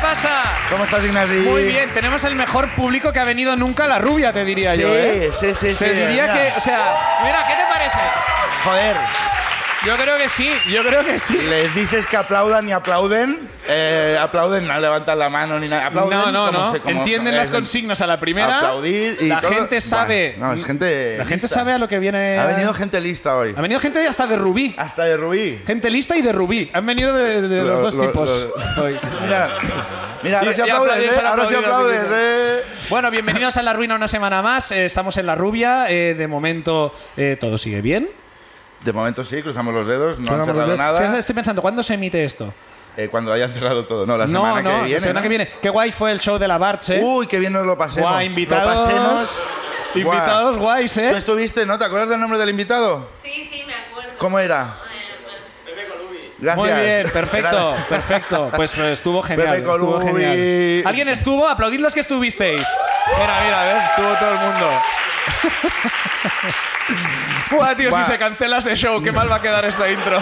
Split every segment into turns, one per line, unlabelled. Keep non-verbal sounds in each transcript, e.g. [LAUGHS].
pasa?
¿Cómo estás, Ignasi?
Muy bien, tenemos el mejor público que ha venido nunca a la rubia, te diría
Sí,
yo, ¿eh?
sí, sí,
Te
sí,
diría
mira.
que, o sea, mira, ¿qué te parece?
Joder,
Yo creo que sí, yo creo que sí.
les dices que aplaudan y aplauden. Eh, aplauden, no levantan la mano ni nada. Aplauden,
no, no,
como
no.
se- como-
Entienden
eh,
las consignas a la primera.
Aplaudir y
la
todo.
gente sabe.
Vale, No, es gente.
La gente
lista.
sabe a lo que viene.
Ha venido gente lista hoy.
Ha venido gente hasta de rubí.
Hasta de Rubí.
Gente lista y de rubí. Han venido de, de- de los
Lo-
dos
lo-
tipos.
lo-
hoy.
Mira, mira, ahora
Y-
sí
y aplauden,
aplaudes, ¿eh?
se han
Ahora sí
aplaudido,
aplaudes,
sí,
¿eh?
Bueno, bienvenidos a La Ruina una semana más. Eh, estamos en La Rubia. Eh, de momento, eh, todo sigue bien.
De momento sí, cruzamos los dedos, no han
Vamos a
cerrado
ver. Sí,
nada.
estoy pensando, ¿cuándo se emite esto?
Eh, cuando hayan cerrado todo. No, la
no,
semana
no,
que viene.
la semana
¿no?
que viene. Qué guay fue el show de la Barche.
Uy, qué bien nos lo pasemos.
Guau, invitados.
Lo pasemos. Guau.
[LAUGHS] Invitados guays, ¿eh?
Tú estuviste, ¿no? ¿Te acuerdas del nombre del invitado?
Sí, sí, me acuerdo. Ah,
¿Cómo era? Gracias.
Muy bien, perfecto,
[LAUGHS] Gracias.
perfecto. Pues eh, estuvo genial,
Pepe
estuvo
Colubi.
genial. ¿Alguien estuvo? Aplaudid los que estuvisteis. Mira, mira, ¿ves? Estuvo todo
[LAUGHS]
el mundo. Buah, tío,
Buah.
si se cancela ese show, qué mal va a quedar esta intro.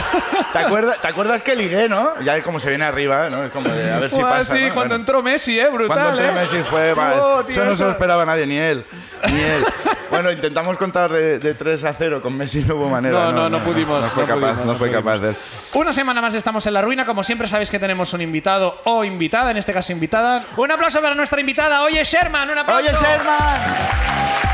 ¿Te acuerdas, ¿Te acuerdas que ligué, no? Ya es como se viene arriba, ¿no? Es como de a ver si
Buah,
pasa.
sí,
¿no? Bueno.
cuando entró Messi, eh, brutal,
Cuando entró
eh.
Messi fue, va,
Oh, tío,
eso no se lo
eso-
esperaba nadie, ni él. Ni él. bueno, intentamos contar eh, de, de 3 a 0 con Messi, no hubo manera.
No, no, no pudimos,
No fue
no
capaz,
pudimos,
no
no
fue
pudimos.
capaz de él.
Una semana más estamos en la ruina. Como siempre sabéis que tenemos un invitado o invitada, en este caso invitada. Un aplauso para nuestra invitada. Oye, Sherman, un aplauso.
¡Oye,
Ah,
Sherman!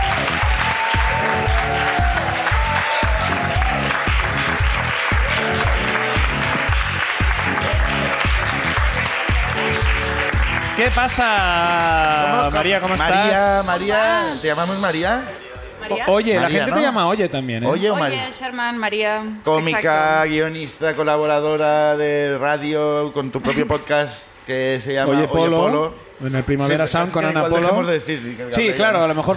¿Qué pasa, María? ¿Cómo estás?
María, María, ¿te llamamos María?
María.
O- Oye, la
María,
gente
¿no?
te llama Oye también, ¿eh?
Oye o María.
Oye, Sherman, María.
Cómica,
Exacto.
guionista, colaboradora de radio, con tu
[LAUGHS]
propio podcast que se llama
Oye,
Oye Polo.
En el Primavera
Siempre-
Sound
es
con
que
Ana
igual
Polo.
dejemos de decir que-
Sí,
que-
claro, a lo mejor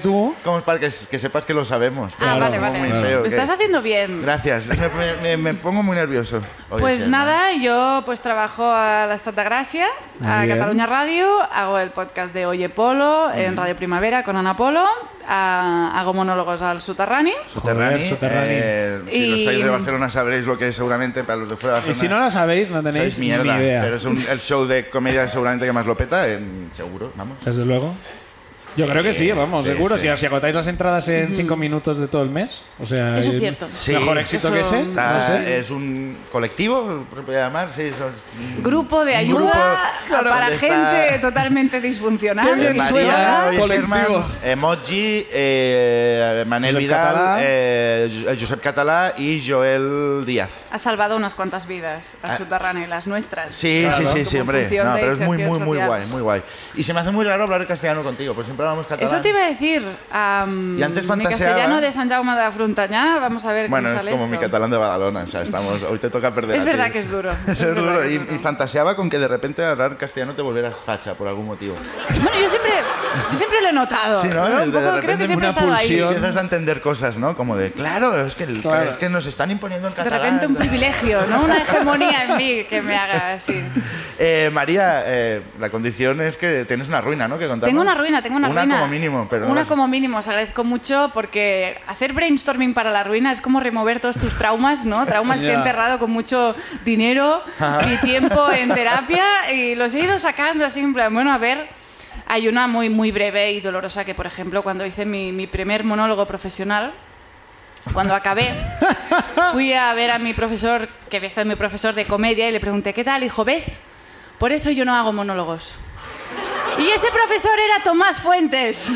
[LAUGHS]
tú.
Como es para que, que sepas que lo sabemos.
Ah, vale,
Como
vale.
muy feo,
Lo
que-
estás haciendo bien.
Gracias, me, me- me pongo muy nervioso. Oye,
Pues
Sherman.
nada, yo pues trabajo a la Estat de Gràcia, a
Muy bien.
Cataluña Radio, hago el podcast de Oye Polo en Radio Primavera con Ana Polo, ah, hago monólogos al soterrani.
Soterrani,
Joder, Soterrani.
eh, si los
Y-
sois de Barcelona sabréis lo que es seguramente para los de fuera de
Y
Barcelona.
si no la sabéis, no
sois
tenéis ni
mierda,
idea.
pero es un- el show de comedia seguramente que más lo peta, en- seguro, vamos.
Desde luego. Yo creo que sí, vamos,
sí,
seguro.
sí.
Si, si agotáis las entradas en cinco minutos de todo el mes, o sea,
Eso es
eh,
cierto.
Sí.
mejor éxito
Eso-
que ese.
Está-
no sé.
es un colectivo, se puede llamar, sí, son-
Grupo de
un
ayuda
grupo, claro,
para
donde
gente
está-
totalmente disfuncional.
Qué bien
María,
suena,
Oye,
colectivo.
Sherman, Emoji, eh, Manel
Josep
Vidal,
Catalá.
eh, Josep Catalá y Joel Díaz.
Ha salvado unas cuantas vidas, el soterrani, las nuestras.
Ah. Sí,
Claro.
sí, sí,
Como
sí, hombre.
función
No,
de
pero es muy, muy,
inserción
muy
social.
guay, muy guay. Y se me hace muy raro hablar castellano contigo, pues siempre hablamos catalán.
Eso te iba a decir. am,
Y antes
Mi
fantaseaba.
castellano de San Jaume de Frontanyà, vamos a ver
Bueno,
cómo
es
sale
como mi
esto.
catalán de Badalona, o sea, estamos, hoy te toca perder.
Es
a
verdad
ti.
que
[LAUGHS]
es duro.
Eso es
verdad
duro.
que
Y,
es duro.
y fantaseaba con que de repente hablar castellano te volvieras facha por algún motivo.
Bueno, yo siempre, yo siempre lo he notado.
Sí, ¿no?
Un
De
poco, creo
repente
que siempre
una
he estado
pulsión.
ahí.
Empiezas a entender cosas, ¿no? Como de, claro, es que, el-
Claro.
es que nos están imponiendo el
De
catalán.
repente un privilegio, ¿no? Una hegemonía en mí que me haga así.
Eh, María, eh, la condición es que tienes una ruina, ¿no? Que contarnos.
Tengo una ruina, tengo una, ruina.
Una como mínimo, pero no
Una
las-
como mínimo, os agradezco mucho porque hacer brainstorming para la ruina es como remover todos tus
[LAUGHS]
traumas, ¿no? Traumas que he
Ya.
enterrado con mucho dinero y tiempo en terapia y los he ido sacando así en plan, bueno, a ver. Hay una muy, muy breve y dolorosa que, por ejemplo, cuando hice mi, mi primer monólogo profesional,
[LAUGHS]
cuando acabé, fui a ver a mi profesor, que había estado mi profesor de comedia, y le pregunté, ¿qué tal? Hijo, ¿ves? Por eso yo no hago monólogos. Y ese profesor era Tomás Fuentes,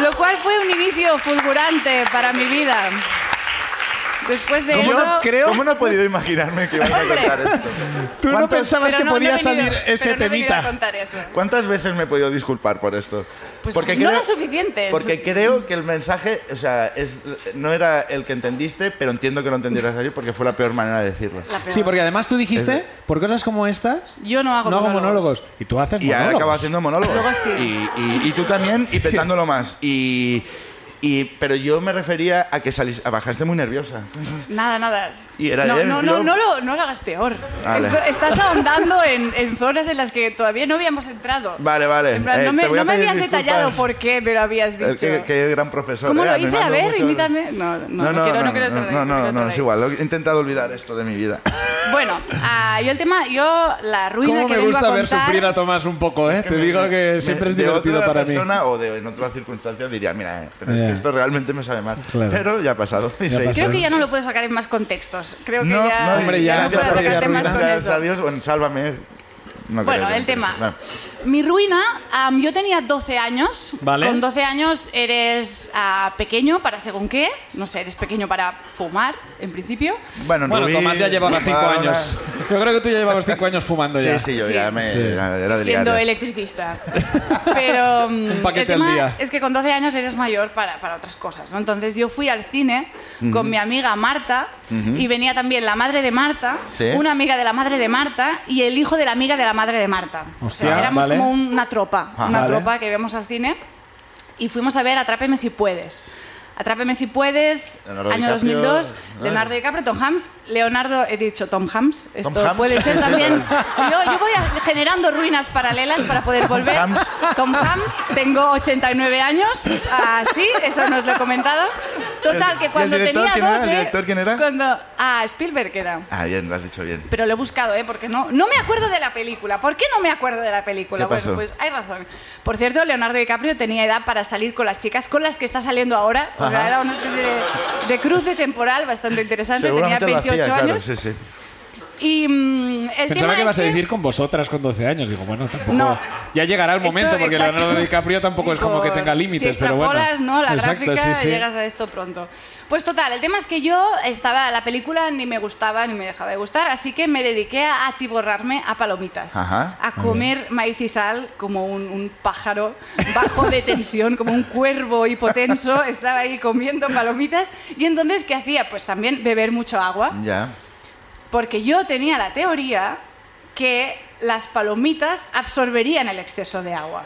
lo cual fue un inicio fulgurante para mi vida. Después de
¿Cómo,
eso...
no, creo... ¿Cómo no he podido imaginarme que ibas a
Hombre.
contar esto?
Tú no
¿Cuántas-
pensabas
pues, Pero
que
no, no he
podía
venido-
salir ese
pero no he venido a
temita.
contar eso.
¿Cuántas veces me he podido disculpar por esto?
Pues no las suficientes.
Porque creo que el mensaje, o sea, es, no era el que entendiste, pero entiendo que lo entendieras así porque fue la peor manera de decirlo.
La peor.
Sí, porque además tú dijiste,
Es de-
por cosas como estas,
Yo no hago
no hago
monólogos.
monólogos. Y tú haces
Y ahora
monólogos.
acaba haciendo monólogos.
Luego sí.
Y, y- y tú también, y petándolo más. Y, Y, pero yo me refería a que salís, a bajaste muy nerviosa.
Nada, nada.
Y era
no,
de-
no, no,
yo-
no lo, no lo hagas peor.
Vale.
Esto- Estás ahondando en, en zonas en las que todavía no habíamos entrado.
Vale, vale.
En plan,
Eh,
no me,
te voy a
no me
pedir
habías
disculpas.
detallado por qué, pero habías
Eh,
dicho.
Qué, qué gran profesor.
¿Cómo
eh,
lo
me
hice?
mando
A ver,
mucho-
invítame. No, no, no, quiero, no
no, no, no,
quiero otra vez, no quiero
no,
otra
es
vez.
igual. ¿eh? lo- He intentado olvidar esto de mi vida.
Bueno, ah, yo el tema, yo la ruina
¿Cómo
que
me
vengo a
gusta ver
contar-
sufrir a Tomás un poco, eh? [LAUGHS] Te digo que
Me-
siempre es
de
divertido
otra
para mí.
persona o de, en otras circunstancias diría, mira, eh, pero es
Ya.
que esto realmente me sabe mal.
Claro.
Pero ya ha pasado. [LAUGHS] y se
Ya ha
hizo.
pasado.
Creo que ya no lo puedo sacar en más contextos. Creo que
No,
ya,
no, hombre, ya,
ya
no puedo
ya, ya,
tocarte
ya,
más
ya,
con
Gracias
eso.
a Dios, o en Sálvame. no creo
Bueno,
que me
el tema.
interese.
Mi ruina, am, yo tenía 12 años.
Vale.
Con 12 años eres ah, pequeño para según qué. No sé, eres pequeño para fumar, en principio.
Bueno,
Bueno,
Rubí,
Tomás ya llevaba cinco
Madonna-
años. Yo creo que tú ya llevabas cinco años fumando
Sí,
ya.
sí, yo
Sí.
ya me. ya era de
siendo
liar. ¿eh?
electricista. [LAUGHS] Pero mm,
Un paquete
el tema
al día.
es que con 12 años eres mayor para, para otras cosas, ¿no? Entonces yo fui al cine con mi amiga Marta y venía también la madre de Marta,
Sí.
una amiga de la madre de Marta y el hijo de la amiga de la madre de Marta. o
Hostia,
sea, éramos
vale.
como una tropa,
Ah,
una
vale.
tropa que íbamos al cine y fuimos a ver Atrápeme si puedes. Atrápeme si puedes,
Leonardo
año
DiCaprio.
2002,
Ah.
Leonardo DiCaprio, Tom Hanks, Leonardo, he dicho Tom Hanks, esto
Hanks?
puede ser
[LAUGHS] Sí, sí,
también. Yo, yo voy a- generando ruinas paralelas para poder volver.
Hanks.
Tom Hanks, tengo 89 años, así, eso nos lo he comentado.
¿Y el
Total, que cuando
director
tenía
quién era? ¿El
12...
director quién era?
Cuando, ah, Spielberg era.
Ah, bien, lo has dicho bien.
Pero lo he buscado, ¿eh? Porque no, no me acuerdo de la película. ¿Por qué no me acuerdo de la película?
¿Qué pasó?
Bueno, pues hay razón. Por cierto, Leonardo DiCaprio tenía edad para salir con las chicas con las que está saliendo ahora. O sea,
Ajá.
era una especie de, de cruce temporal bastante interesante. Tenía
Seguramente
28
lo hacía, claro,
años.
sí, sí.
Y mm,
Pensaba
el tema
que
es
ibas a
que-
decir con vosotras con 12 años. Digo, bueno, tampoco.
No.
Ya llegará el
Esto,
momento, porque
exacto.
Leonardo DiCaprio tampoco
Sí,
es como
por-
que tenga límites,
si
pero bueno.
extrapolas, ¿no? La
Exacto,
gráfica,
sí, sí.
llegas a esto pronto. Pues total, el tema es que yo estaba, la película ni me gustaba ni me dejaba de gustar, así que me dediqué a atiborrarme a palomitas,
Ajá.
a comer maíz y sal como un, un pájaro bajo de tensión, como un cuervo hipotenso, estaba ahí comiendo palomitas. Y entonces, ¿qué hacía? Pues también beber mucho agua.
Ya.
Porque yo tenía la teoría que las palomitas absorberían el exceso de agua.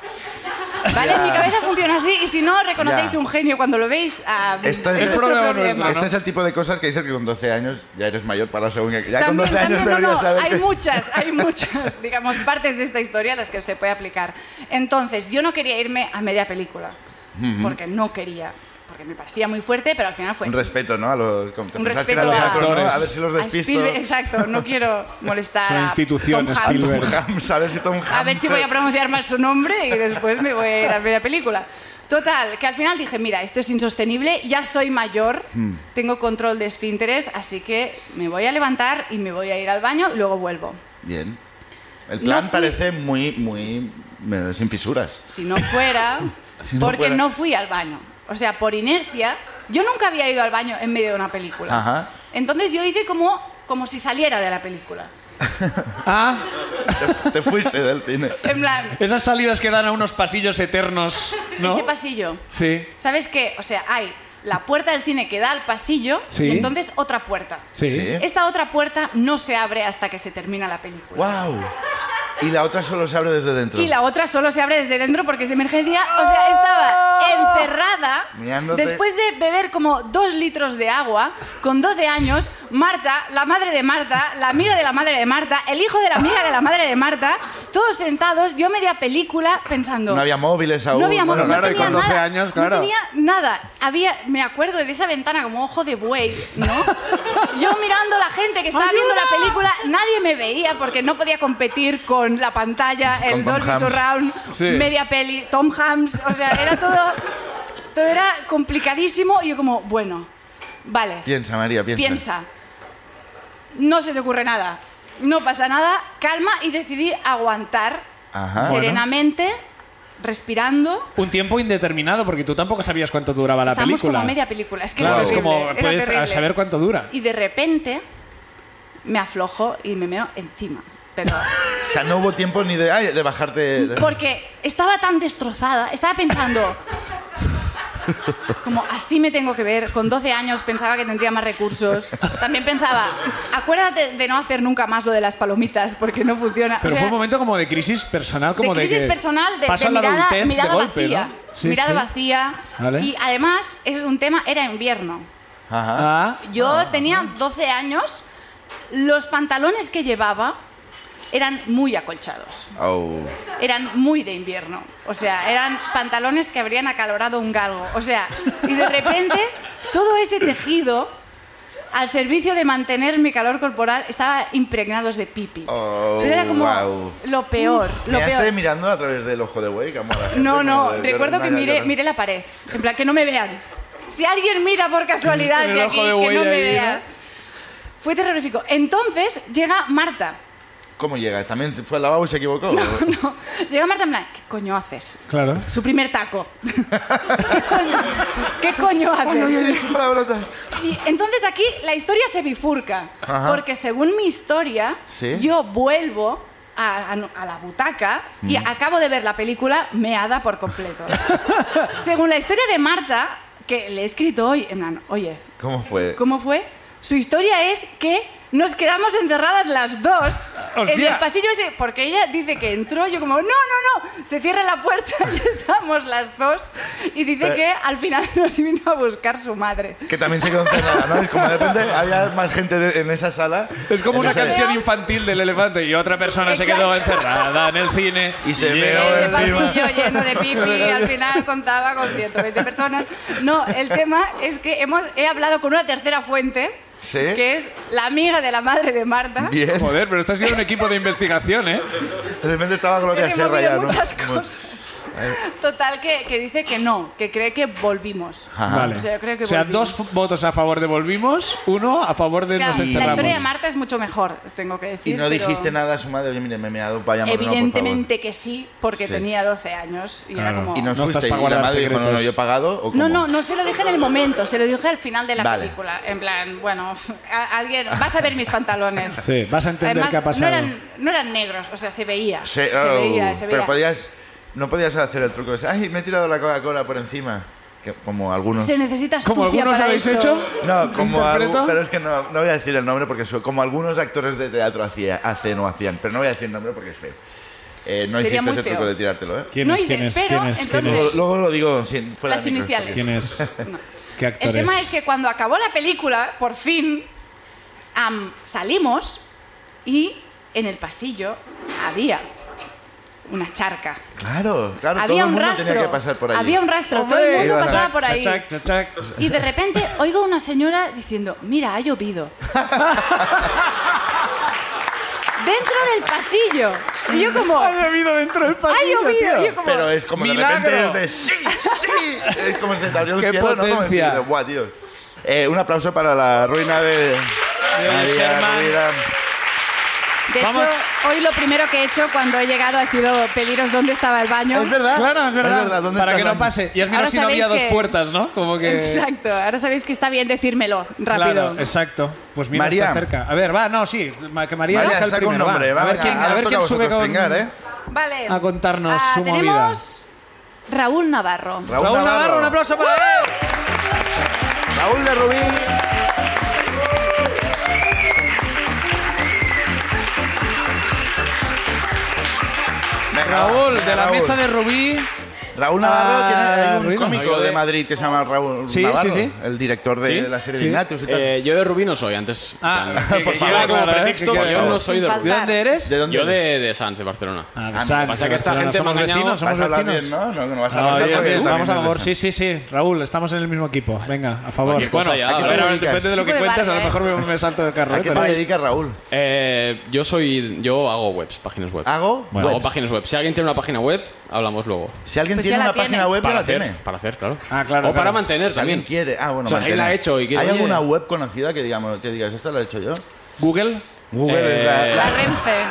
¿Vale?
Ya.
Mi cabeza funciona así y si no reconocéis
Ya.
un genio cuando lo veis, ah,
Esto es-
Es
vuestro
problema nuestro,
este
¿no?
es el tipo de cosas que dices que con 12 años ya eres mayor para según que. Ya con
También,
12 años
también, no,
deberías
no,
saber.
hay
que-
muchas, hay muchas, [LAUGHS] digamos, partes de esta historia a las que se puede aplicar. Entonces, yo no quería irme a media película, porque no quería, porque me parecía muy fuerte, pero al final fue...
Un respeto, ¿no? A los. como te
pues. Un
pensabas que
respeto
era
a-
teatro, ¿no?
actores.
A ver si los
a
despisto. [LAUGHS]
Spielberg- exacto, no quiero molestar
Son
a
instituciones,
Tom Hanks.
Spielberg.
Tom Hanks, a ver si Tom Hanks.
A ver si voy a pronunciar mal su nombre y después me voy a ir a media película. Total, que al final dije, mira, esto es insostenible, ya soy mayor,
Hmm.
tengo control de esfínteres, así que me voy a levantar y me voy a ir al baño y luego vuelvo.
Bien. El plan
No fui-
parece muy, muy. eh, sin fisuras.
Si no fuera,
[LAUGHS] Si no
porque
fuera.
no fui al baño. O sea, por inercia, yo nunca había ido al baño en medio de una película.
Ajá.
Entonces yo hice como, como si saliera de la película.
Ah,
Te, te fuiste del cine. [LAUGHS]
En plan,
esas salidas que dan a unos pasillos eternos, ¿no?
[LAUGHS] ese pasillo.
Sí,
¿Sabes qué? O sea, hay la puerta del cine que da al pasillo
Sí.
y entonces otra puerta.
sí.
Sí.
Esta otra puerta no se abre hasta que se termina la película.
¡Wow! Y la otra solo se abre desde dentro.
Y la otra solo se abre desde dentro porque es de emergencia. O sea, estaba encerrada.
Meándote.
Después de beber como dos litros de agua, con 12 años, Marta, la madre de Marta, la amiga de la madre de Marta, el hijo de la amiga de la madre de Marta, todos sentados, yo media película pensando.
No había móviles aún.
No había
Bueno,
móvil,
claro,
no
y
tenía
con 12
nada,
años, claro.
No tenía nada. Había, me acuerdo de esa ventana como ojo de buey, ¿no? Yo mirando a la gente que estaba viendo la película, nadie me veía porque no podía competir con la pantalla, el
Tom
Dolby
Hanks.
Surround,
Sí.
media peli, Tom Hanks, o sea, era todo, todo era complicadísimo y yo como, bueno, vale,
Piensa, María, piensa.
piensa, no se te ocurre nada, no pasa nada, calma y decidí aguantar
Ajá.
serenamente, respirando.
Un tiempo indeterminado, porque tú tampoco sabías cuánto duraba la
Estábamos
película.
como a media película. Es que
Claro,
era
es
terrible,
como,
era
puedes
terrible.
saber cuánto dura.
Y de repente me aflojo y me meo encima. Pero
O sea, no hubo tiempo ni de, ay, de bajarte. de-
porque estaba tan destrozada, estaba pensando, Como así me tengo que ver. Con 12 años pensaba que tendría más recursos. También pensaba, acuérdate de no hacer nunca más lo de las palomitas porque no funciona. O
Pero
sea,
fue un momento como de crisis personal, como de,
de crisis
que
personal, de,
pasa
de
la
mirada,
adultez de
mirada
golpe,
vacía.
¿no? Sí,
mirada
sí.
vacía.
Vale.
Y además, es un tema, era invierno.
Ajá.
Ah,
Yo tenía 12 años, los pantalones que llevaba eran muy acolchados,
Au.
eran muy de invierno. O sea, eran pantalones que habrían acalorado un galgo. O sea, y de repente todo ese tejido al servicio de mantener mi calor corporal estaba impregnados de pipi.
Oh,
Pero era como
guau.
lo peor, lo
Ya estoy
peor.
mirando a través del ojo de buey, como a la gente,
No,
como
no,
de-
recuerdo que
llorando,
miré,
llorando.
miré la pared. En plan, que no me vean. Si alguien mira por casualidad
Con el
de
ojo
aquí,
de
que
buey
no me
ahí,
vea.
¿no?
Fue terrorífico. Entonces llega Marta.
¿Cómo llega? ¿También fue al lavabo y se equivocó?
No, llega Marta en plan, ¿qué coño haces?
claro.
Su primer taco. [LAUGHS] ¿Qué coño, qué coño
Ay, ay, ay,
haces?
sus palabrotas.
Y entonces aquí la historia se bifurca.
Ajá.
Porque según mi historia,
Sí.
yo vuelvo a, a no- a la butaca y
Mm.
acabo de ver la película meada
[LAUGHS]
por completo. según la historia de Marta, que le he escrito hoy, en plan, oye,
¿Cómo fue?
¿Cómo fue? Su historia es que nos quedamos encerradas las dos en
¡Hostia!
el pasillo ese, porque ella dice que entró, yo como, no, no, no, se cierra la puerta y [LAUGHS] estamos las dos, y dice
Pero-
que al final [LAUGHS] nos vino a buscar su madre.
Que también se quedó encerrada, ¿no? Es como de repente había más gente de- en esa sala.
Es como
En
una
esa-
canción infantil del elefante y otra persona se quedó
Exacto.
encerrada en el cine
Y se
llegó
meó
Ese
encima.
pasillo lleno de pipi, al final contaba con 120 personas. No, el tema es que hemos, he hablado con una tercera fuente,
¿Sí?
que es la amiga de la madre de Marta.
Bien.
Joder, pero está siendo un equipo de investigación, ¿eh?
De repente estaba Gloria
Yo me he
Serra
movido
ya, ¿no?
muchas
Como-
cosas. Total, que, que dice que no, que cree que volvimos.
Ajá.
Vale.
O sea, yo creo que
O sea,
volvimos.
dos votos a favor de volvimos, uno a favor de
Claro,
nos
la
encerramos.
historia de Marta es mucho mejor, tengo que decir.
Y no
pero
dijiste nada a su madre, oye, mire, me he meado, vaya moreno, por favor.
Evidentemente que sí, porque
Sí.
tenía 12 años y
Claro.
era como...
Y
No
no
estás
fuiste, y
para
la
guardar
madre dijo, no, no,
secretos.
yo he pagado, ¿o
No,
cómo?
no, no se lo dije en el momento, se lo dije al final de la
Vale.
película. En plan, bueno, [LAUGHS] a- alguien, vas a ver mis pantalones.
[LAUGHS] Sí, vas a entender
Además,
qué ha pasado.
No eran, no eran negros, o sea, se veía.
Sí,
Se,
oh,
veía, se veía.
Pero podías, no podías hacer el truco ese, ay, me he tirado la Coca-Cola por encima. Que- como algunos.
Se necesita astucia
Como algunos
para
habéis
esto.
hecho,
No, como
¿Interpreto?
algu- pero es que no, no voy a decir el nombre porque su- como algunos actores de teatro hacía, hacen o hacían, pero no voy a decir el nombre porque es feo. Eh, no
Sería
hiciste
muy
ese
feo.
truco de tirártelo, ¿eh?
¿Quién
No,
es?
y de-
¿Quién es?
pero,
¿Quién es? ¿Quién
Luego,
entonces-
es?
luego lo digo sin- fuera
Las
de micros,
iniciales.
¿Quién es?
No.
¿Qué actor
El tema
es?
es que cuando acabó la película, por fin, am, salimos y en el pasillo había una charca.
porque- Claro, claro, todo
había
el
un
mundo
rastro.
tenía que pasar por allí.
Había un rastro, todo el mundo
Iba a
pasaba
ser-
por ahí.
Chachac, chachac.
Y de repente oigo a una señora diciendo, mira, ha llovido. Dentro del pasillo. Y yo como,
Ha
ha
llovido dentro del pasillo,
llovido. Y
tío.
yo como,
Pero es como de
¡Milagro!
repente es de sí,
[LAUGHS]
sí. Es como se te abrió el
¡Qué
cielo, ¿no? Como
potencia!
decir de, "Buah, tío". Eh, un aplauso para la ruina de María
Sherman.
Rovira.
de hecho,
Vamos.
hoy lo primero que he hecho cuando he llegado ha sido pediros dónde estaba el baño.
Es verdad.
Claro, es verdad.
¿dónde
Para
está
que
el
no
baño?
pase. Y has mirado
Ahora
si no había
sabéis
dos
que-
puertas, ¿no? Como que.
Exacto, ahora sabéis que está bien decírmelo rápido.
Claro, exacto. Pues mira,
María.
está cerca. A ver, va, no, sí. ma- Que María,
María,
elija el
saca un
primero,
nombre.
va.
va,
a ver
venga,
quién, a
ahora
ver
os
quién
toca
sube
vosotros
con.
pringar, ¿eh?
Vale.
a contarnos
Ah,
su
tenemos Raúl Navarro.
Raúl,
Raúl Navarro, un aplauso para él.
Raúl de Rubí. Venga,
Raúl,
venga,
de la
Raúl.
mesa de Rubí.
Raúl Navarro
Ah,
tiene hay un
Rubí, no.
cómico
Yo
de
de-
Madrid que se llama Raúl
Sí, sí,
Navarro,
sí.
el director de
Sí,
la serie
sí.
de Ignatius y tal.
Eh, yo de Rubí no soy, antes.
Ah,
en plan,
que- que
por
lleva
favor, como
claro, ¿eh?
pretexto,
Que queda
yo
claro.
no soy de
Sin
Rubí.
¿De dónde eres?
¿De dónde
Yo
eres?
de, de Sanz, de Barcelona.
Ah,
Ah,
Sanz,
pasa que esta
Barcelona.
gente me
somos
ha engañado.
vecinos, somos
Vas a hablar
vecinos.
bien, ¿no? No, que no vas a
Ah,
hablar
bien,
bien,
bien,
porque tú
vamos a
también
favor,
eres
sí, sí, sí. Raúl, estamos en el mismo equipo. Venga, a favor.
Cualquier cosa ya,
pero
¿verdad?
depende de lo que
Equipo de
cuentas, a lo
barrio,
mejor me, me salto del carro.
¿A
¿eh?
qué te
Pero-
dedicas, Raúl?
Eh, yo soy. Yo hago webs, páginas web.
¿Hago?
Bueno,
Hago
Ah, webs.
páginas web. Si alguien tiene una página web, hablamos luego.
Si alguien
Pues
tiene
ya la
una
tiene.
página web, ya la
hacer,
tiene.
para hacer, claro.
Ah, claro,
O para
claro.
mantener
Si alguien
también.
quiere. Ah, bueno,
O sea,
mantener.
alguien la ha hecho y quiere,
¿Hay
oye,
alguna web conocida que, digamos, que digas, esta la he hecho yo?
Google.
Google
Eh,
es la- la-
La Renfe.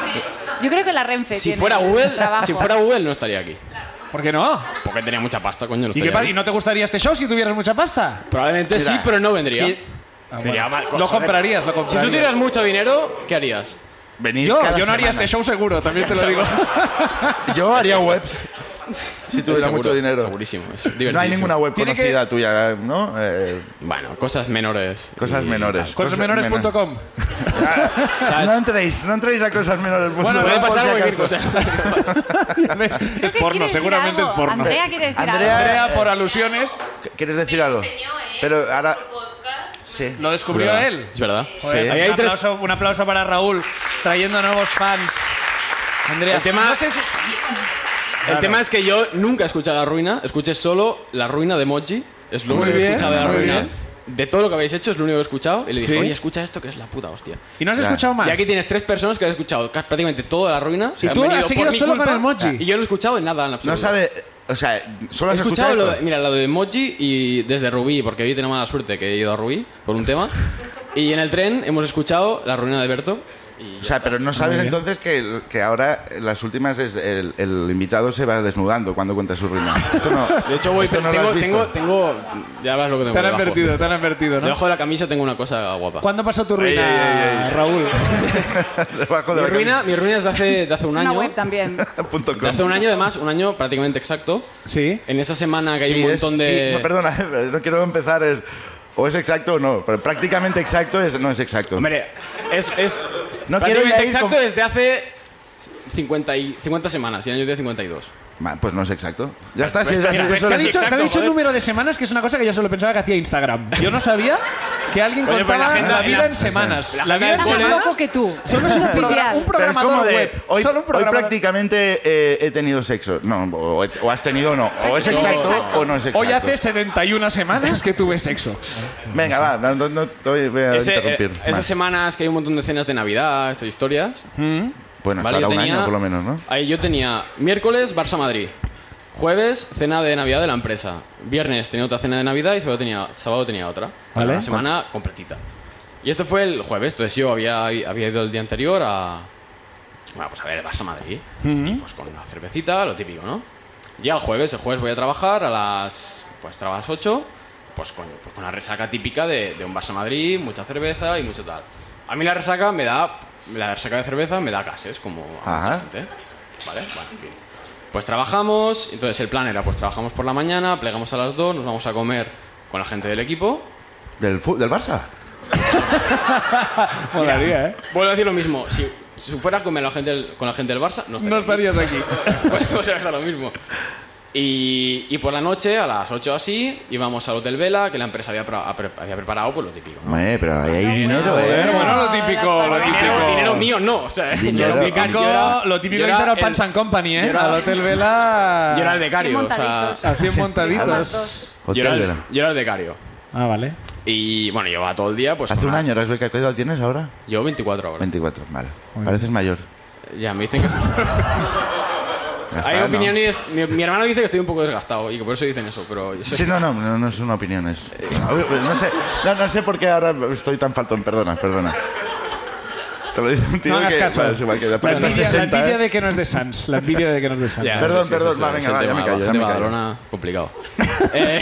Yo creo que la Renfe
Si
tiene
fuera Google,
trabajo.
si fuera Google no estaría aquí.
¿Por qué no?
Porque tenía mucha pasta, coño. No
¿Y, qué
estaría
pa-
aquí.
y no te gustaría este show si tuvieras mucha pasta?
Probablemente sí,
Mira,
pero no vendría.
Es que- Ah,
Sería
bueno.
mal-
Lo
joder.
comprarías, lo
Si
comprarías.
tú tienes mucho dinero, ¿qué harías?
Venid
Yo,
cada
yo no haría
semana.
[LAUGHS]
este show seguro, también te lo digo.
Yo haría webs. si tuviera
Seguro,
mucho dinero.
Segurísimo. Es
No hay
divertidísimo.
ninguna web
Tiene
conocida tuya, ¿no? Eh,
Bueno, cosas menores.
cosas
y
menores.
tal.
Cosasmenores.com.
¿Sabes?
No entréis, no entréis a cosas menores.
Bueno,
Puede
por
pasar
si
cualquier
acaso.
cosa.
[LAUGHS] es
que quiere
porno,
decir
seguramente es
algo.
porno.
Andrea quiere decir
Andrea-
algo.
Andrea, por alusiones,
¿Quieres decir algo?
¿eh?
Pero ahora. Sí.
lo descubrió
¿Verdad?
él.
Es verdad.
Joder,
Sí.
un,
Ahí hay tres-
aplauso, un aplauso para Raúl, trayendo nuevos fans. Andrea,
El tema-
no sé si-
El tema es que yo nunca he escuchado la ruina, escuché solo la ruina de Moji, es lo
Muy
único que he
bien,
escuchado de la
muy
ruina.
bien.
De todo lo que habéis hecho es lo único que he escuchado y le dije,
¿Sí?
oye, escucha esto que es la puta hostia.
¿Y no has
Ya.
escuchado más?
Y aquí tienes tres personas que han escuchado ca- prácticamente toda la ruina.
Sí,
que han
tú
venido
has
por
seguido
mi
solo
culpa,
con el Moji.
Y yo no he escuchado nada en absoluto.
No sabe. O sea, solo
He
has
escuchado,
escuchado.
lo
esto.
de- mira, lo de Moji y desde Rubí, porque hoy tengo mala suerte que he ido a Rubí por un tema. Y en el tren hemos escuchado la ruina de Berto.
O sea, pero no sabes
bien.
entonces que, el- que ahora en las últimas es el, el invitado se va desnudando cuando cuenta su ruina. Esto no.
De hecho, voy,
esto no lo
tengo,
has visto.
tengo, tengo- ya verás lo que tengo
Te han
debajo.
advertido, te han advertido, ¿no?
Debajo de la camisa tengo una cosa guapa.
¿Cuándo pasó tu
Ey,
ruina,
ey, ey, ey.
Raúl?
[LAUGHS] Debajo de
Mi
la
ruina, mi ruina es de hace, de hace un
Es
año.
una web también.
camisa. [LAUGHS] Punto com.
De hace un año, además, un año prácticamente exacto.
Sí.
En esa semana que hay
Sí,
un
es-
montón de.
sí, no, perdona, [LAUGHS] pero no quiero empezar. Es, o es exacto o no. Pero prácticamente exacto es, no es exacto.
Hombre, es. es
No quiero
prácticamente
ya ir
exacto
con-
desde hace 50, y, 50 semanas y el año de 52.
Ma, pues no es exacto. Ya está, si es así,
mira,
eso
es
Te
que
ha
Pues es-
dicho, te ha
exacto,
dicho el
joder.
número de semanas, que es una cosa que yo solo pensaba que hacía Instagram. Yo no sabía que alguien
Coño,
contaba
pero la
pues la,
agenda-
vida
la-
en semanas.
la
La, vida en
Está
agenda
más
¿Boleras?
semanas.
loco que tú. Eso
Solo es un, progra-
Pero
un
es
programador
como de,
web.
hoy,
solo un
hoy
programador-
prácticamente eh, he tenido sexo. No, o, o has tenido o no. O es
Prácticamente
exacto,
exacto.
o no es exacto.
Hoy hace 71 semanas que tuve sexo.
Venga, va, no, no, no te voy- voy a
Ese, eh,
interrumpir.
esas
más.
semanas que hay un montón de cenas de Navidad, estas historias.
Bueno, hasta
Vale, yo
ahora un
tenía-
año por lo menos, ¿no?
Ahí yo tenía miércoles Barça Madrid, jueves cena de Navidad de la empresa, viernes tenía otra cena de Navidad y sábado tenía, sábado tenía otra.
Vale.
Una semana completita. Y esto fue el jueves, entonces yo había, había ido el día anterior a. Bueno, pues a ver, el Barça Madrid. Y pues con una cervecita, lo típico, ¿no? Ya el jueves, el jueves voy a trabajar a las. Pues a las 8, pues con, pues con la resaca típica de, de un Barça Madrid, mucha cerveza y mucho tal. A mí la resaca me da. La resaca de cerveza me da gases, como a mucha
Ajá.
gente. ¿Vale? Bueno, en fin. Pues trabajamos, entonces el plan era: pues trabajamos por la mañana, plegamos a las 2, nos vamos a comer con la gente del equipo.
¿Del, fu- del Barça?
Molaría, ¿eh?
Vuelvo a decir lo mismo: si, si fuera a comer la gente del- con la gente del Barça, no estaría
No estarías
aquí.
aquí.
Pues otra vez a lo mismo. Y, y por la noche, a las 8 o así, íbamos al Hotel Vela, que la empresa había, pra- ha pre- había preparado pues, lo típico. ¿no?
Hombre, pero ahí hay dinero,
Bueno,
¿eh?
bueno, lo típico, lo típico.
Dinero, dinero mío no, o sea,
Dinero.
yo era un becario, yo era-
Lo típico que
yo era
hizo era
el-
Pants and Company, ¿eh?
yo era-
Al Hotel Vela.
Yo era el becario, o sea,
montaditos.
[LAUGHS]
Hacían
Montaditos.
montaditos.
yo era
Hotel
el,
Vela.
yo era el becario.
Ah, vale.
Y bueno, llevaba todo el día, pues.
Hace
con
un
la-
año eras beca. ¿Qué edad tienes ahora?
Yo 24 horas.
24, vale. Pareces mayor.
Ya, me
[LAUGHS]
dicen que.
Ya está,
Hay
¿no?
opiniones. Mi, mi hermano dice que estoy un poco desgastado y que por eso dicen eso, pero yo soy-
Sí, no, no, no, no son opiniones. No sé, no, no sé por qué ahora estoy tan faltón, perdona, perdona. Te lo dice un tío
No hagas
que,
caso.
bueno, se me ha quedado,
La
pero está
envidia, la
60,
envidia
¿eh?
de que no es de Sans. La envidia de que no es de Sans.
Ya,
Perdón,
sí, sí,
perdón,
sí,
va,
sí,
venga,
es el
va, ya
tema,
me callo,
el
ya me
tema
callo.
Badalona,
[LAUGHS]
complicado. Eh,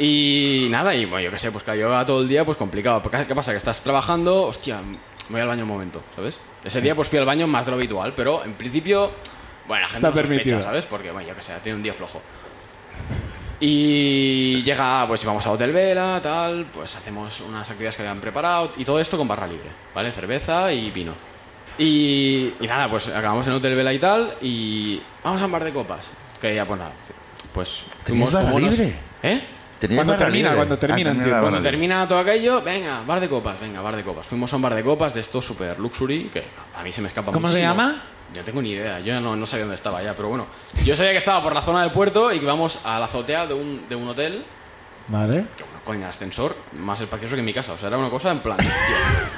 y nada, y bueno, yo qué sé, pues claro, yo todo el día, pues complicado. Porque, ¿Qué pasa? Que estás trabajando, hostia, me voy al baño un momento, ¿sabes? Ese día pues fui al baño más de lo habitual, pero en principio, bueno, la gente
Está
lo sospecha,
permitido.
¿sabes? Porque, bueno, yo qué sé, tiene un día flojo. Y llega, pues vamos a Hotel Vela, tal, pues hacemos unas actividades que habían preparado y todo esto con barra libre, ¿vale? Cerveza y vino. Y, y nada, pues acabamos en Hotel Vela y tal y vamos a un bar de copas. Que ya, pues nada, pues...
¿Tenías
fuimos
barra
como unos-
libre?
¿eh?
Tenías
Cuando
barra
termina,
libre. Ah,
cuando termina,
termina
tío,
la
cuando
barra
Cuando termina todo aquello, venga, bar de copas, venga, bar de copas. Fuimos a un bar de copas de estos super luxury, que a mí se me escapa
¿Cómo se
muchísimo.
llama?
Yo no tengo ni idea, yo ya no, no sabía dónde estaba ya, pero bueno. Yo sabía que estaba por la zona del puerto y que íbamos a la azotea de un, de un hotel,
Vale.
que bueno, con el ascensor más espacioso que mi casa. O sea, era una cosa en plan, tío,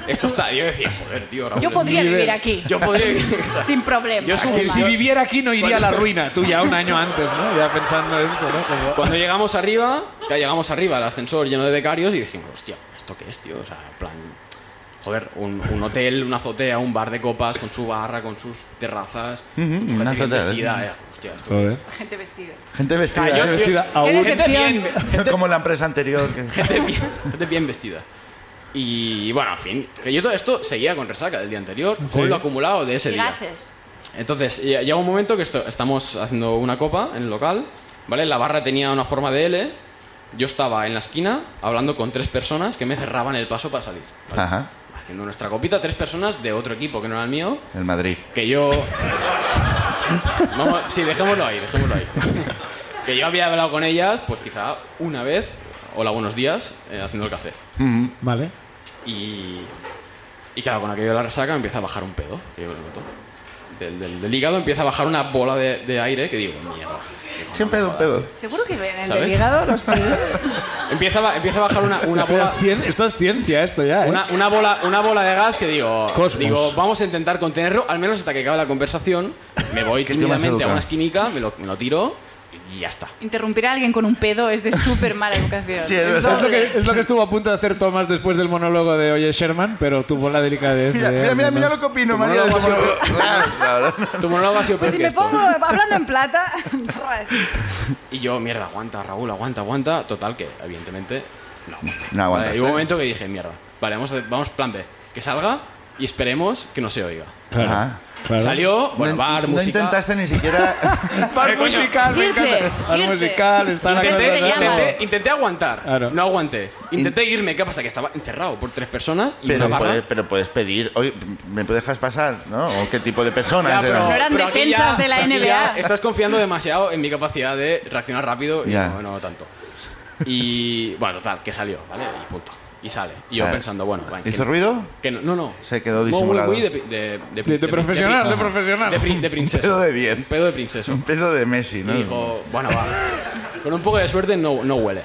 esto está... Yo decía, joder, tío, Raúl,
Yo podría
Nivel.
vivir aquí.
Yo podría... vivir- o sea,
Sin problema.
Yo subo-
Que si
Yo-
viviera aquí no iría a la ruina. Tú ya un año antes, ¿no? Ya pensando esto, ¿no? Como-
Cuando llegamos arriba, ya llegamos arriba, el ascensor lleno de becarios y dijimos, hostia, ¿esto qué es, tío? O sea, en plan, joder, un, un hotel, una azotea, un bar de copas con su barra, con sus terrazas, con su
una
gente bien
azotea, ¿eh?
vestida. era como, hostia, esto qué
Joder.
Gente vestida.
Gente
Ah,
vestida, ¿eh?
Cayó, tío.
Vestida a
Qué
un-
Gente bien,
como en la empresa anterior. que-
gente bien, gente bien vestida. Y bueno, en fin, que yo todo esto seguía con resaca del día anterior, con lo acumulado de ese
Y
día.
gases.
Entonces, ll- llega un momento que esto- estamos haciendo una copa en el local, ¿vale? La barra tenía una forma de L. Yo estaba en la esquina hablando con tres personas que me cerraban el paso para salir. ¿vale?
Ajá.
Haciendo nuestra copita, tres personas de otro equipo que no era el mío,
El Madrid.
que yo... Vamos, sí, dejémoslo ahí, dejémoslo ahí. que yo había hablado con ellas, pues quizá una vez, hola, buenos días, eh, haciendo el café.
Vale.
Y, y claro, con aquello de la resaca me empieza a bajar un pedo, que yo lo noto. Del, del- del hígado empieza a bajar una bola de, de aire que digo, mierda. Digo,
Siempre
no
es
me
un
jodas,
pedo.
Seguro que ven el
¿Sabes?
hígado los pies.
tío. Empieza a, ba- empieza a bajar una, una
Esto, ya
bola.
es cien- esto es ciencia, esto ya. ¿eh?
Una, una bola, una bola de gas que digo,
Cosmos.
digo, vamos a intentar contenerlo, al menos hasta que acabe la conversación. Me voy
Qué tío más
tímidamente a
educado.
una esquinica, me lo, me lo tiro y ya está.
[LAUGHS] Interrumpir a alguien con un pedo es de súper mala educación.
Sí, es
es
verdad.
Es lo,
doble.
que, es lo que estuvo a punto de hacer Tomás después del monólogo de Oye Sherman, pero tuvo la delicadeza.
Mira,
de,
mira,
al
mira, mira
menos-
lo que opino,
Tu
María.
monólogo
del
ha sido-
[LAUGHS] monólogo. Claro, claro.
Tu monólogo ha sido peor
Pues si
que
me
esto.
pongo hablando en plata, [LAUGHS] ras.
Y yo, mierda, aguanta, Raúl, aguanta, aguanta. Total, que evidentemente no aguanta.
No aguantaste.
Vale, y hubo un momento que dije, mierda, vale, vamos, a- vamos plan B, que salga y esperemos que no se oiga.
Claro,
Ah.
claro.
Salió, bueno,
no,
bar,
no
música.
intentaste ni siquiera.
Bar musical, me
Irte,
encanta. Bar
irte.
musical, estar
Irte,
acá-
Eh, Intenté,
te llaman.
intenté- intenté aguantar,
Claro.
no aguanté. Intenté irme, ¿qué pasa? Que estaba encerrado por tres personas y
pero,
una barra.
puedes, pero puedes pedir. Oye, ¿me dejas pasar? ¿No? ¿O qué tipo de personas
Ya,
eran?
No eran
aquí
defensas de la
aquí
NBA.
ya estás confiando demasiado en mi capacidad de reaccionar rápido y
Ya.
no, no tanto. Y bueno, total, que salió, ¿vale? Y punto. Y sale. Y yo
Vale.
pensando, bueno, va,
¿Hizo
que-
ruido?
Que no, no, no.
Se quedó
Muy,
disimulado.
Muy, muy de, pri- de, de,
De- de
pri-
profesional,
pri-
de profesional.
De, pri- de princesa.
Pedo de 10.
Un pedo de princesa.
Un pedo de Messi,
Y
¿no?
dijo, bueno, va. Con un poco de suerte no, no huele.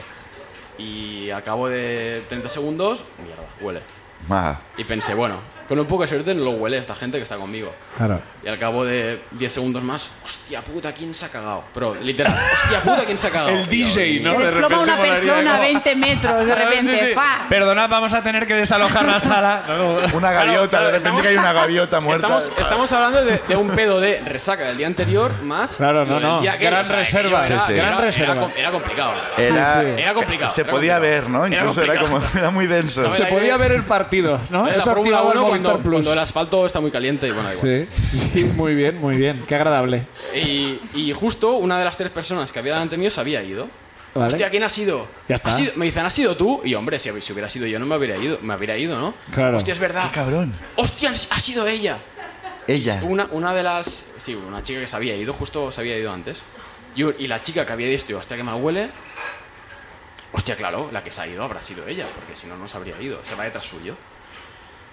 Y al cabo de 30 segundos, mierda, huele.
Ah,
Y pensé, bueno, con un poco de suerte no lo huele esta gente que está conmigo.
Claro.
Y al cabo de 10 segundos más, hostia puta, ¿quién se ha cagado? Pero literal, hostia puta, ¿quién se ha cagado?
El DJ, ¿no?
Se
De
desploma
repente
una
molaría
persona a
como-
20 metros de
[LAUGHS]
repente.
Sí, sí.
¡Fa!
Perdonad, vamos a tener que desalojar la sala. No, no.
Una
Claro,
gaviota,
claro,
de repente
estamos-
que hay una
[LAUGHS]
gaviota muerta.
Estamos, estamos hablando de, de un pedo de resaca del día anterior más.
Claro, no,
lo del
no.
día aquel,
Gran
que
reserva.
era-
Sí, sí.
era-
Gran
era
reserva.
com- Era complicado.
Era,
Sí, sí.
Era complicado,
Se
era
podía
complicado.
ver, ¿no?
Era
Incluso era,
complicado,
como. [LAUGHS] Era muy denso.
[LAUGHS]
¿Sabes?
Se podía ver el partido, ¿no?
Era la
Eso
Fórmula
activaba el
1
Movistar
cuando,
Plus.
cuando el asfalto está muy caliente y bueno, da igual.
Sí, sí, muy bien, muy bien. Qué agradable.
Y, y justo una de las tres personas que había delante mío se había ido.
¿Vale?
Hostia, ¿quién ha sido?
Ya está.
¿Ha sido? Me dicen, ¿has sido tú? Y hombre, si, si hubiera sido yo no me hubiera ido, me hubiera ido ¿no?
Claro.
Hostia, es
Qué
verdad.
Ah, cabrón.
Hostia, ha sido ella.
Ella.
Una, una de las. Sí, una chica que se había ido, justo se había ido antes. Y, y la chica que había dicho, hostia, que mal huele. Hostia, claro, la que se ha ido habrá sido ella, porque si no, no se habría ido. Se va detrás suyo.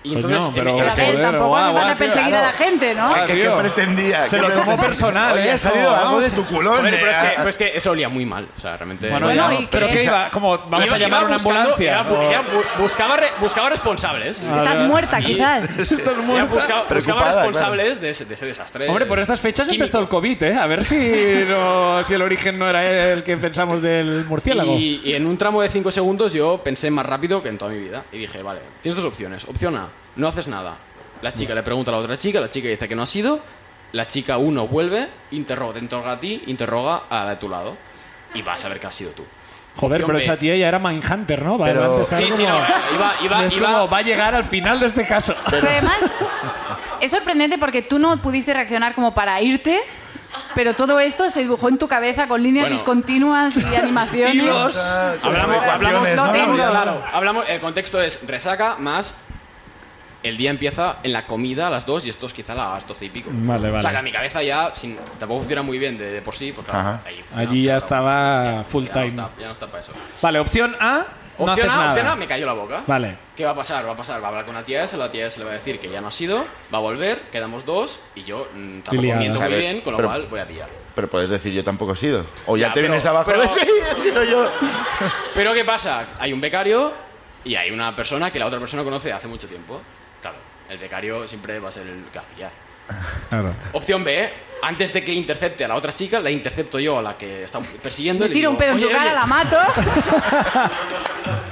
Y
Coño,
entonces.
Pues pero-
Pero a ver,
Joder,
tampoco
guau,
hace falta
guau, tío,
perseguir a la
claro.
gente, ¿no?
Ah,
¿Qué,
tío.
qué pretendía?
Se
¿Qué
lo
pretendía?
tomó personal,
Oye,
¿eh?
ha salido
Como,
algo
vamos.
de tu culón.
Joder, pero es que, pues,
eh.
pero es que eso olía muy mal. O sea, realmente.
Bueno,
Bueno,
ya,
¿y
pero
qué?
¿qué iba? Como, vamos
Iba-
a llamar a
iba
una
buscando-
ambulancia.
iba bu- iba bu- buscaba, re- buscaba responsables.
Estás
Ah,
muerta,
y-
quizás.
Estás
Iba
muerta.
busca- buscaba
Preocupada,
responsables de, ese, de ese desastre.
Hombre, por estas fechas
químico.
empezó el COVID, ¿eh? A ver si, no- si el origen no era el que pensamos del murciélago.
Y, y en un tramo de 5 segundos yo pensé más rápido que en toda mi vida. Y dije, vale, tienes dos opciones. Opción A, no haces nada. La chica le pregunta a la otra chica, la chica dice que no ha sido. La chica 1 vuelve, interroga, te interroga a ti, interroga a la de tu lado. Y vas a ver que has sido tú.
Joder,
Opción
pero
B.
esa tía ya era Mindhunter, ¿no? Va,
Pero-
va a empezar
Sí, sí, no.
como-
Iba, iba,
es
iba.
como, va a llegar al final de este caso.
Pero además, es sorprendente porque tú no pudiste reaccionar como para irte, pero todo esto se dibujó en tu cabeza con líneas
Bueno.
discontinuas y animaciones.
Ah, con
Hablamos, hablamos,
relaciones,
no
hablamos,
tengo.
claro. Hablamos, el contexto es resaca más. El día empieza en la comida a las 2 y esto es quizá a las 12 y pico.
Vale, vale.
O sea, que a mi cabeza ya sin- tampoco funciona muy bien de, de por sí, pues claro.
Ajá.
ahí funciona,
Allí ya
claro,
estaba full
Ya no,
time.
está, ya no está para eso.
Vale, opción A, no
Opción
haces
A,
nada.
opción A, me cayó la boca.
Vale.
¿Qué va a pasar? Va a pasar, va a hablar con la tía esa, la tía esa le va a decir que ya no ha sido, va a volver, quedamos dos y yo mm, tampoco
liada.
miento
O
muy
sea,
bien, con lo
pero-
cual voy a pillar.
Pero puedes decir, yo tampoco he sido. O ya,
Ya,
te
pero-
vienes abajo
pero-
de sí, [LAUGHS] he sido yo.
Pero ¿qué pasa? Hay un becario y hay una persona que la otra persona conoce de hace mucho tiempo. Claro, el becario siempre va a ser el que va a pillar.
Claro.
Opción B, antes de que intercepte a la otra chica, la intercepto yo a la que está persiguiendo.
Le
y le
tiro un
digo,
pedo en su
"Oye,
cara,
oye".
la mato.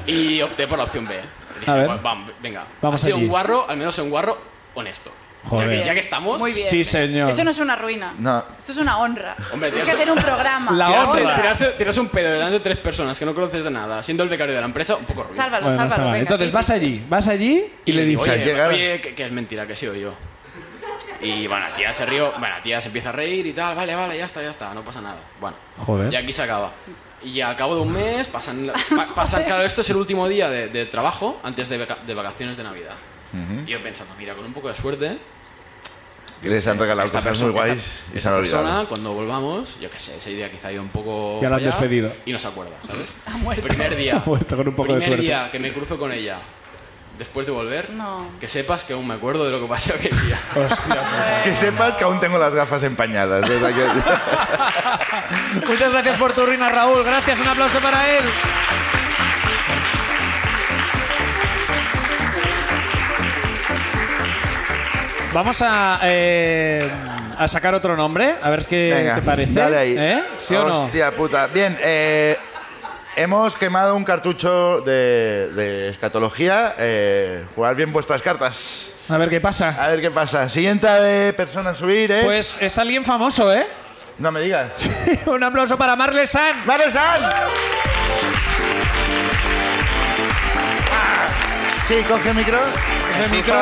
Y opté por la opción B. Dije,
A ver.
"Bueno, vam- venga,
Vamos
ha sido
allí.
un guarro, al menos un guarro honesto.
Joder.
Ya, que, ya que estamos...
Muy bien.
Sí, señor.
Eso no es una ruina.
No.
Esto es una honra.
Hombre,
Tienes que
tío,
hacer un programa.
La
Tirarse,
honra.
tirarse- tirarse un pedo delante de tres personas que no conoces de nada, siendo el becario de la empresa, un poco ruido.
Sálvalo,
Bueno, no está
sálvalo.
mal.
venga,
Entonces
¿qué
vas
hiciste?
allí, vas allí y, le dices...
digo,
dices,
oye,
"Llega".
oye, que, que es mentira, que he sido yo. Y bueno, la tía se rió, bueno, la tía se empieza a reír y tal, vale, vale, ya está, ya está, no pasa nada. Bueno,
Joder.
y aquí se acaba. Y al cabo de un mes pasan, las- pa- pasan claro, esto es el último día de, de trabajo antes de, vaca- de vacaciones de Navidad. Y yo pensando, mira, con un poco de suerte,
Les han regalado
esta
cosas
perso-
muy guays
esta-
y se
esta
han olvidado. ¿eh?
persona, cuando volvamos, yo qué sé, ese día quizá ha ido un poco.
Ya la han
para allá
despedido.
Y no se acuerda,
[LAUGHS]
¿sabes? Primer día.
Ha muerto con un poco de
primer
suerte.
día que me cruzo con ella. Después de volver,
No.
que sepas que aún me acuerdo de lo que pasó aquel
[LAUGHS]
día. pues-
Que sepas que aún tengo las gafas empañadas. o sea [LAUGHS] que-
Muchas gracias por tu ruina, Raúl. Gracias, un aplauso para él. Vamos a, eh, a sacar otro nombre, a ver qué
Venga,
te parece.
dale ahí.
¿Eh? ¿Sí o no?
Hostia puta. Bien, eh, hemos quemado un cartucho de, de escatología. Eh, jugar bien vuestras cartas.
A ver qué pasa.
A ver qué pasa. Siguiente de persona a subir es...
Pues es alguien famoso, ¿eh? [LAUGHS]
No me digas. [LAUGHS]
un aplauso para Marle San.
¡Vale, San! Sí, Ah. coge micro.
el micro.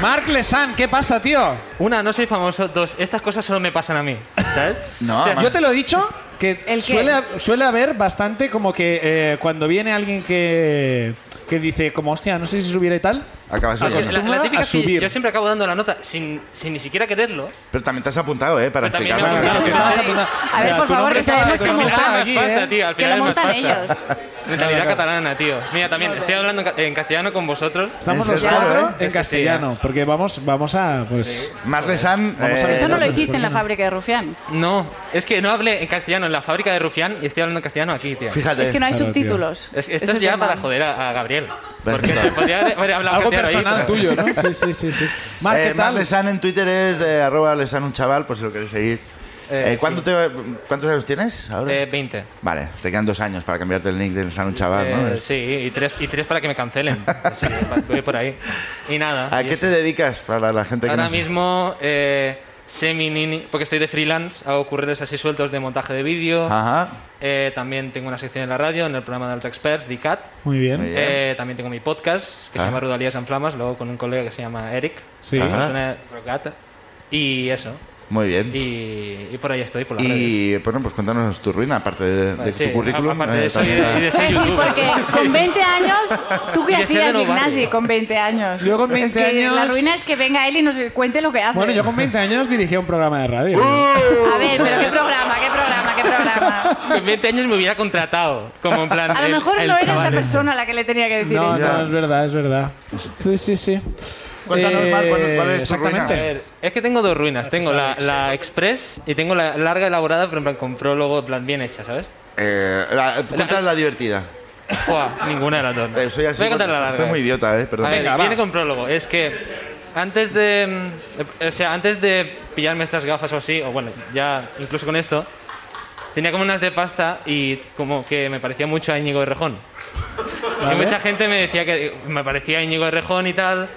Marc Lesan, ¿qué pasa, tío?
Una, no soy famoso. Dos, estas cosas solo me pasan a mí, ¿sabes?
No, Mar-
Yo te lo he dicho que
¿El qué?
suele, suele haber bastante como que eh, cuando viene alguien que, que dice como, hostia, no sé si subiré tal.
Acabas
Ah,
de
sí,
Es
cosa.
la, la
Acostumbrada
típica
a
que
subir.
yo siempre acabo dando la nota sin, sin ni siquiera quererlo.
Pero también te has apuntado, ¿eh? Para
Pero también
explicar.
me he apuntado.
que estabas apuntando.
A ver,
Ya,
por
tu
favor,
nombre
que
estaba-
sabemos
tu
Al
cómo
nombre
final
estaba
usarlo.
es
aquí,
más pasta,
¿eh?
tío. Al
Que
final
lo
es más
montan
pasta.
ellos.
[LAUGHS] Mentalidad
Claro, claro.
catalana, tío. Mira, también estoy hablando en ca- en castellano con vosotros.
Estamos
Es
los
verdad,
cuatro
¿eh?
en
Es que sí,
castellano, porque vamos, vamos a... Pues,
¿eh?
Marle San.
Vamos a ver.
Eh,
Esto no
pues,
lo
Nosotros
hiciste en la fábrica de Rufián.
No, es que no hablé en castellano en la fábrica de Rufián y estoy hablando en castellano aquí, tío.
Fíjate.
Es que no hay
Claro, tío.
subtítulos.
Es-
Ese
esto es ya
tema.
para joder a, a Gabriel. Porque
Perfecto.
se podría haber- haber hablado
algo
castellano ahí,
personal
pero-
tuyo, ¿no? Sí, sí, sí. sí. Marc,
Eh,
¿qué tal?
Marle San en Twitter es eh, arroba lesan un chaval, por si lo queréis seguir.
Eh,
Eh, ¿cuánto
sí.
te- ¿Cuántos años tienes ahora?
Eh, 20.
vale, te quedan dos años para cambiarte el nick de Lesan un chaval, ¿no?
Eh,
Es-
sí, y tres, y tres para que me [LAUGHS] cancelen. Sí, va- voy por ahí. Y nada.
¿A
y
qué
eso.
te dedicas para la gente que
Ahora
no sabe?
mismo, eh, semi-nini, porque estoy de freelance, hago curreles así sueltos de montaje de vídeo.
Ajá.
Eh, también tengo una sección en la radio, en el programa de los experts, DICAT.
Muy
Muy
bien.
bien.
Eh, también tengo mi podcast, que
Ah.
se llama Rudalías en Flamas, luego con un colega que se llama Eric.
Sí.
que
Ajá.
es una rocata. Y eso.
Muy bien.
Y, y por ahí estoy, por la radio.
Y bueno, pues cuéntanos tu ruina, aparte de, de tu currículum.
Aparte
eh,
de eso y
también
de, y de
Es
ser
decir,
youtuber.
Pues
[LAUGHS]
porque con 20 años, ¿tú qué
Y de ser
hacías,
de novato.
Ignasi, con 20 años?
Yo con 20
es que
años-
La ruina es que venga él y nos cuente lo que hace.
Bueno, yo con 20 años dirigía un programa de radio.
Uh,
A ver, pero ¿qué programa? ¿Qué programa? ¿Qué programa?
Con 20 años me hubiera contratado. Como en plan.
A lo
el-
mejor
el
no eres la
chaval.
persona a la que le tenía que decir
No,
esto.
no, es verdad, es verdad. Sí, sí, sí. Eh,
Cuéntanos, Marc, ¿cuál- cuál es tu
exactamente.
A ver, es que tengo dos ruinas. Tengo la, la express y tengo la larga elaborada, pero en plan con prólogo, en plan bien hecha, ¿sabes?
Eh, la, cuéntanos la divertida.
[LAUGHS]
Buah, ninguna de las dos. ¿no?
Eh, Soy así,
Voy a contar
porque
la larga.
Estoy muy idiota, ¿eh? Perdón.
A ver,
Venga, va.
viene con prólogo. Es que antes de. mm, O sea, antes de pillarme estas gafas o así, o bueno, ya incluso con esto, tenía como unas de pasta y como que me parecía mucho a Íñigo Errejón. Y
Vale.
mucha gente me decía que me parecía Íñigo Errejón y tal.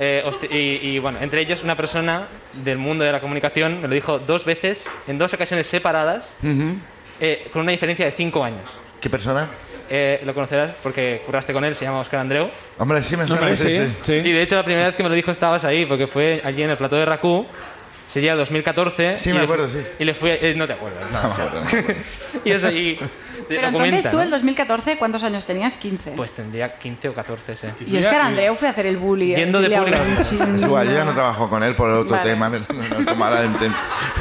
eh, hosti- y, y, bueno, entre ellos una persona del mundo de la comunicación me lo dijo dos veces, en dos ocasiones separadas, eh, con una diferencia de cinco años.
¿Qué persona?
Eh, lo conocerás porque curraste con él, se llama Oscar Andreu.
Hombre, sí me suena.
Hombre,
sí,
sí,
sí.
Y
sí.
de hecho la primera vez que me lo dijo estabas ahí, porque fue allí en el plató de Rakú, sería 2014.
Sí,
y
me
le
acuerdo,
fu-
sí.
Y le fui... eh, no te acuerdas.
[LAUGHS]
no, o sea,
Perdón.
[LAUGHS] y eso, y... de-
Pero
lo
entonces
comenta,
tú,
¿no?
en 2014, ¿cuántos años tenías? 15.
Pues tendría 15 o 14, sí.
y Oscar Andreu fue a hacer el bully. eh,
Yendo de
Le habló
público.
un chin-
Es igual, yo ya no trabajo con él por otro
Vale.
tema, pero no, no, mala inten-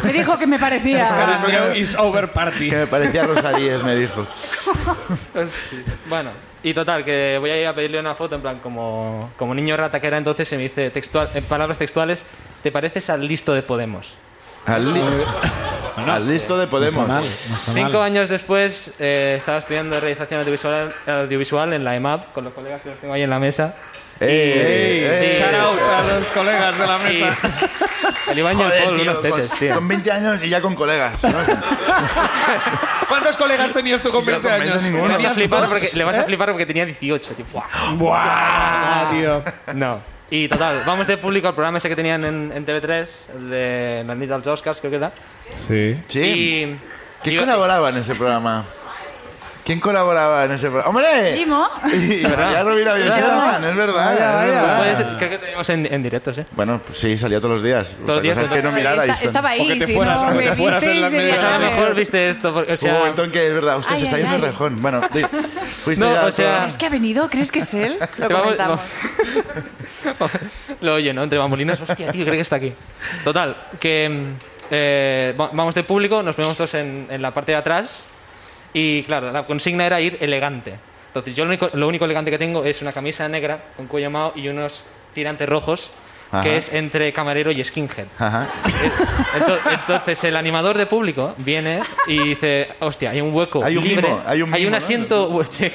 Me dijo que me
Ah.
parecía...
Andreu is over party.
que me parecía Rosalíes, me dijo.
[LAUGHS] Bueno, y total, que voy a ir a pedirle una foto, en plan, como, como niño rata que era entonces, se me dice textual, en palabras textuales, te pareces al listo de Podemos.
Al, li- al listo de
No
Podemos.
está mal, no está mal.
Cinco años después eh, estaba estudiando realización audiovisual, audiovisual en la EMAP, con los colegas que los tengo ahí en la mesa.
¡Ey, ey, ey!
Eh, Shout out a los colegas de la
Y
mesa.
el Iván y el
Joder,
Paul,
tío,
unos tetes,
con,
tío.
con 20 años y ya con colegas. ¿no?
¿Cuántos colegas tenías tú con
Yo
20
con
años?
20 ninguno.
Le vas, a
¿Tenías
flipar
dos?
porque, le vas a
¿Eh?
flipar porque tenía 18, tío. Buah.
Buah, tío.
No. Y total, vamos de público al programa ese que tenían en, en TV3, el de la nit dels Oscars, creo que era.
Sí.
Sí.
Y,
¿Quién
y-
colaboraba en ese programa? ¿Quién colaboraba en ese programa? ¡Hombre!
Limo.
[LAUGHS] Y María Rovira Villarreal, es verdad.
Vaya,
es
vaya.
verdad.
Puedes- creo que te vimos en, en directo, ¿sí?
Bueno, pues sí, salía todos los días. Otra
los días,
cosa es
pero
que no
Sí,
mirarais.
esta- estaba
O que
ahí,
te
si
fueras,
no
o que
me
te fueras en
visteis
la
sería
media.
O sea, a lo
grave.
mejor viste esto, porque, o
Hubo un
sea...
momento en que es verdad, hostia,
Ay,
se está
ay,
yendo
ay.
Rejón. Bueno,
[LAUGHS]
di- fuiste
No,
ya
o sea-
con-
¿Crees que ha venido? ¿Crees que es él?
[LAUGHS]
Lo
Vamos-
comentamos.
[LAUGHS] Lo oye, ¿no? Entre bambolinas. Hostia, tío, creo que está aquí. Total, que mm, eh, va- vamos de público, nos ponemos todos en, en la parte de atrás y, claro, la consigna era ir elegante. Entonces, yo lo único, lo único elegante que tengo es una camisa negra con cuello mao y unos tirantes rojos,
Ajá.
que es entre camarero y skinhead.
Ajá.
Eh, Ento- Entonces el animador de público viene y dice, hostia, hay un hueco
Hay un
libre,
mimo, hay un mimo, ¿no?
asiento, hue- [LAUGHS] sí.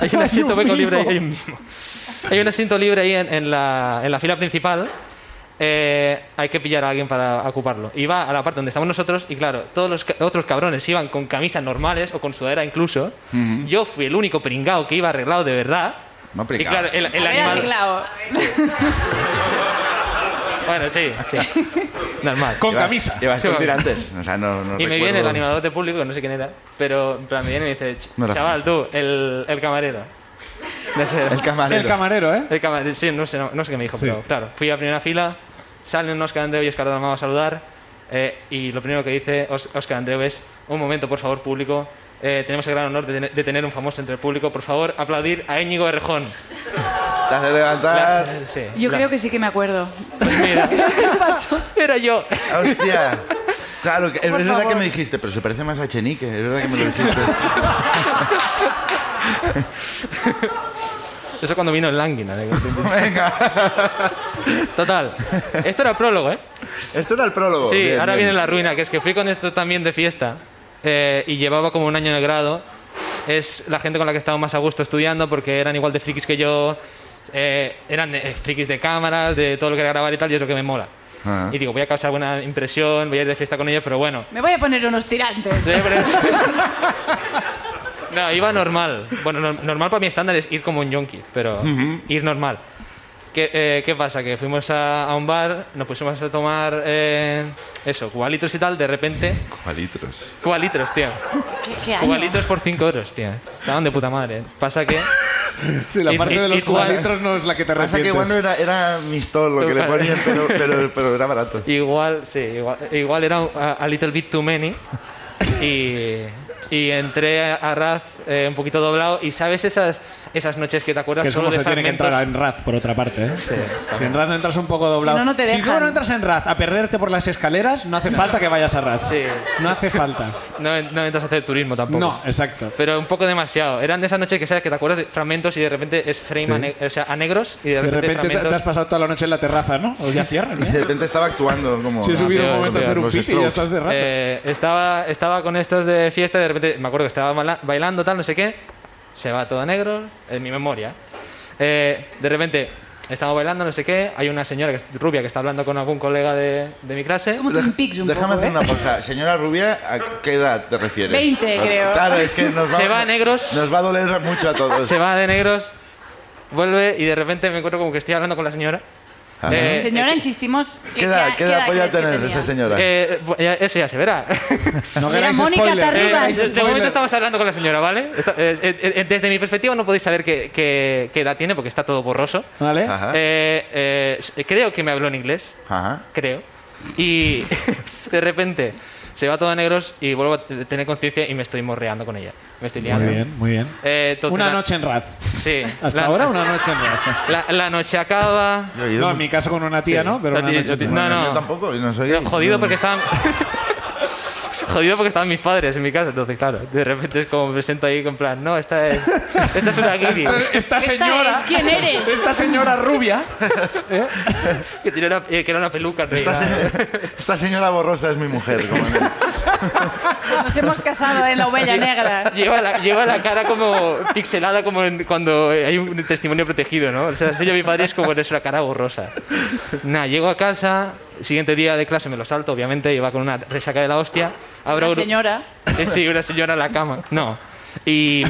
[LAUGHS]
hay un asiento hueco libre, ahí, hay un mimo. Hay un asiento libre ahí en, en la, en la fila principal. eh, hay que pillar a alguien para ocuparlo. Y va a la parte donde estamos nosotros y claro, todos los ca- otros cabrones iban con camisas normales o con sudadera incluso. Yo fui el único pringao que iba arreglado de verdad.
No
y
pringao.
claro, el, el
A ver,
animador-
arreglado.
Bueno, sí,
[LAUGHS]
sí. Normal.
Con
Llevas-
camisa.
Llevas con
Sí,
tirantes. O sea, no, no
Y me
recuerdo-
viene el animador de público, que no sé quién era, pero en plan, me viene y me dice, "Ch-
No lo
chaval, tú, el, el camarero. No sé,
El camarero.
El camarero, ¿eh?
el camarero, sí, no sé, no, no sé qué me dijo, pero claro, fui a primera fila, salen Oscar Andreu y Oscar Dalmau a saludar, eh, y lo primero que dice Os- Oscar Andreu es, un momento, por favor, público, eh, tenemos el gran honor de, ten- de tener un famoso entre el público, por favor, aplaudir a Íñigo Errejón.
Te hace levantar.
Las- sí,
Yo
la-
creo que sí que me acuerdo.
pues mira, era yo. [LAUGHS]
Hostia. Claro, que- es,
Por
es verdad que
favor.
me dijiste, pero se parece más a Chenique. Es verdad que me lo
[LAUGHS]
dijiste.
Eso cuando vino el Languina. ¿eh?
Venga.
Total, esto era prólogo, ¿eh?
Esto era el prólogo.
Sí,
Bien,
ahora
bien.
viene la ruina, que es que fui con esto también de fiesta eh, y llevaba como un año en el grado. Es la gente con la que he estado más a gusto estudiando porque eran igual de frikis que yo, eh, eran eh, frikis de cámaras, de todo lo que era grabar y tal, y es lo que me mola.
Ajá.
Y digo, voy a causar buena impresión, voy a ir de fiesta con ellos, pero bueno.
Me voy a poner unos tirantes.
Sí, pero- [LAUGHS] no, iba normal. Bueno, nor- normal para mi estándar es ir como un yonki, pero ir normal. ¿Qué, eh, qué pasa? Que fuimos a, a un bar, nos pusimos a tomar eh, eso, cubalitros y tal, de repente...
Palitos.
Cubalitros, tío.
¿Qué, qué año?
Cubalitros por 5 euros, tío. Estaban de puta madre. ¿eh? Pasa que...
Sí, la
Y-
parte
y-
de
y
los
tú has-
cuadritos no es la que te
Pasa que bueno
arrepientes.
era, era mistol lo que le ponían, pero, pero, pero era
[LAUGHS]
barato.
Igual, sí, igual, igual era un- a, a little bit too many. Y, y entré a, a Raz eh, un poquito doblado. Y sabes esas, esas noches que te acuerdas
Que es
solo
como
de
se tiene que
fragmentos.
entrar en Raz, por otra parte. ¿eh? si en Raz no entras un poco doblado.
Si no, no te
tú
dejan.
no entras en Raz a perderte por las escaleras, no hace falta que vayas a Raz.
Sí.
No hace falta.
no, en- no entras a hacer turismo tampoco.
No, exacto.
Pero un poco demasiado. Eran de esas noches que sabes que te acuerdas de fragmentos y de repente es frame a, ne- o sea, a negros y de
De
repente,
repente te,
fragmentos.
te has pasado toda la noche en la terraza, ¿no? O ya cierran,
Y de
¿eh?
repente estaba actuando como.
Si he subido un
Dios,
momento a hacer un
los
pipi y ya
Strokes.
estás cerrando.
Eh, estaba, estaba con estos de fiesta y de repente me acuerdo que estaba mala- bailando, tal, no sé qué. Se va todo a negro, en mi memoria. Eh, de repente estamos bailando, no sé qué. Hay una señora que es rubia que está hablando con algún colega de, de mi clase.
Es como Twin Peaks un
Déjame
poco,
hacer
¿eh?
una cosa. Señora Rubia, ¿a qué edad te refieres?
20 creo.
Claro, es que nos va,
Se va a negros.
Nos va a doler mucho a todos.
Se va de negros, vuelve y de repente me encuentro como que estoy hablando con la señora.
Ajá.
Eh,
Señora, insistimos. que-
¿Qué edad,
que-
qué edad podía
crees que
tener
tenía?
esa señora?
eh, bu- ya- eso ya se verá. [LAUGHS]
no
era
queráis
Mónica
spoiler.
Eh,
Tarribas.
de- de
Spoiler.
momento estamos hablando con la señora, ¿vale? Está- eh, eh, eh, desde mi perspectiva no podéis saber qué, qué- qué edad tiene porque está todo borroso.
¿Vale?
Ajá.
Eh, eh, s- creo que me habló en inglés,
Ajá.
creo. Y [LAUGHS] de repente se va todo a negros y vuelvo a t- tener conciencia y me estoy morreando con ella. Me estoy liando.
Muy bien, muy bien.
Eh, entonces
Una
la-
noche en Raz.
Sí.
Hasta
La-
ahora una noche en Raz.
[LAUGHS] La, la noche acaba.
Yo he oído
No, en
un-
mi caso con una tía,
Sí.
¿no? Pero
La
una
tía-
noche en
yo-
Raz.
no, no.
Yo tampoco, y no soy
Pero
gay.
jodido
No,
porque
no.
estaban. jodido porque estaban mis padres en mi casa, entonces, claro. De repente es como me presento ahí con plan, no, esta es. Esta es una guiri.
Esta
Esta
señora.
es, ¿quién eres?
Esta señora rubia.
que, tenía una- eh, que era una peluca. en
Esta,
realidad.
se- [LAUGHS] esta señora borrosa es mi mujer. como en el-
Nos hemos casado en la Ovella Negra.
Lleva la, lleva la cara como pixelada como en- cuando hay un testimonio protegido, ¿no? O sea, el sello de mi padre es como es una cara borrosa. Nada, llego a casa, siguiente día de clase me lo salto, obviamente, iba con una resaca de la hostia. Abro
La
gru-
señora.
Eh, sí, una señora en la cama. No. Y,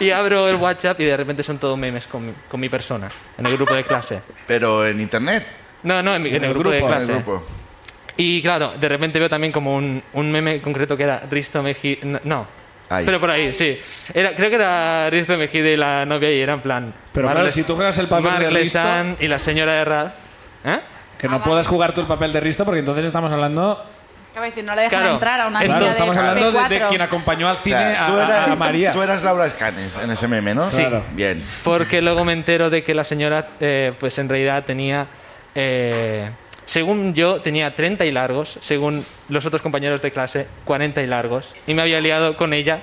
y abro el WhatsApp y de repente son todos memes con mi, con mi persona, en el grupo de clase.
Pero en internet.
No, no, en, mi- en el, grupo, de
grupo, en
En el
clase.
grupo.
Y claro, de repente veo también como un, un meme concreto que era Risto Mejía... No,
Ahí.
Pero por ahí, sí. Era, creo que era Risto de Mejide y la novia y era en plan.
Pero, claro,
Marles-
si tú juegas el papel de
Marles
Risto-
San y la señora de Rad. ¿Eh?
Que
Ah,
no puedas jugar tú el papel de Risto porque entonces estamos hablando.
Acaba de decir, no la dejan
Claro.
entrar a una
Claro,
Claro,
niña
estamos
Ah, de
hablando de, de
P4.
quien acompañó al
O
cine
sea,
a-
tú,
a,
eras,
a María.
tú eras Laura Escanes en ese meme, ¿no?
Sí. Claro.
Bien.
Porque luego me entero de que la señora, eh, pues en realidad tenía. eh, según yo, tenía 30 y largos. Según los otros compañeros de clase, 40 y largos. Y me había liado con ella,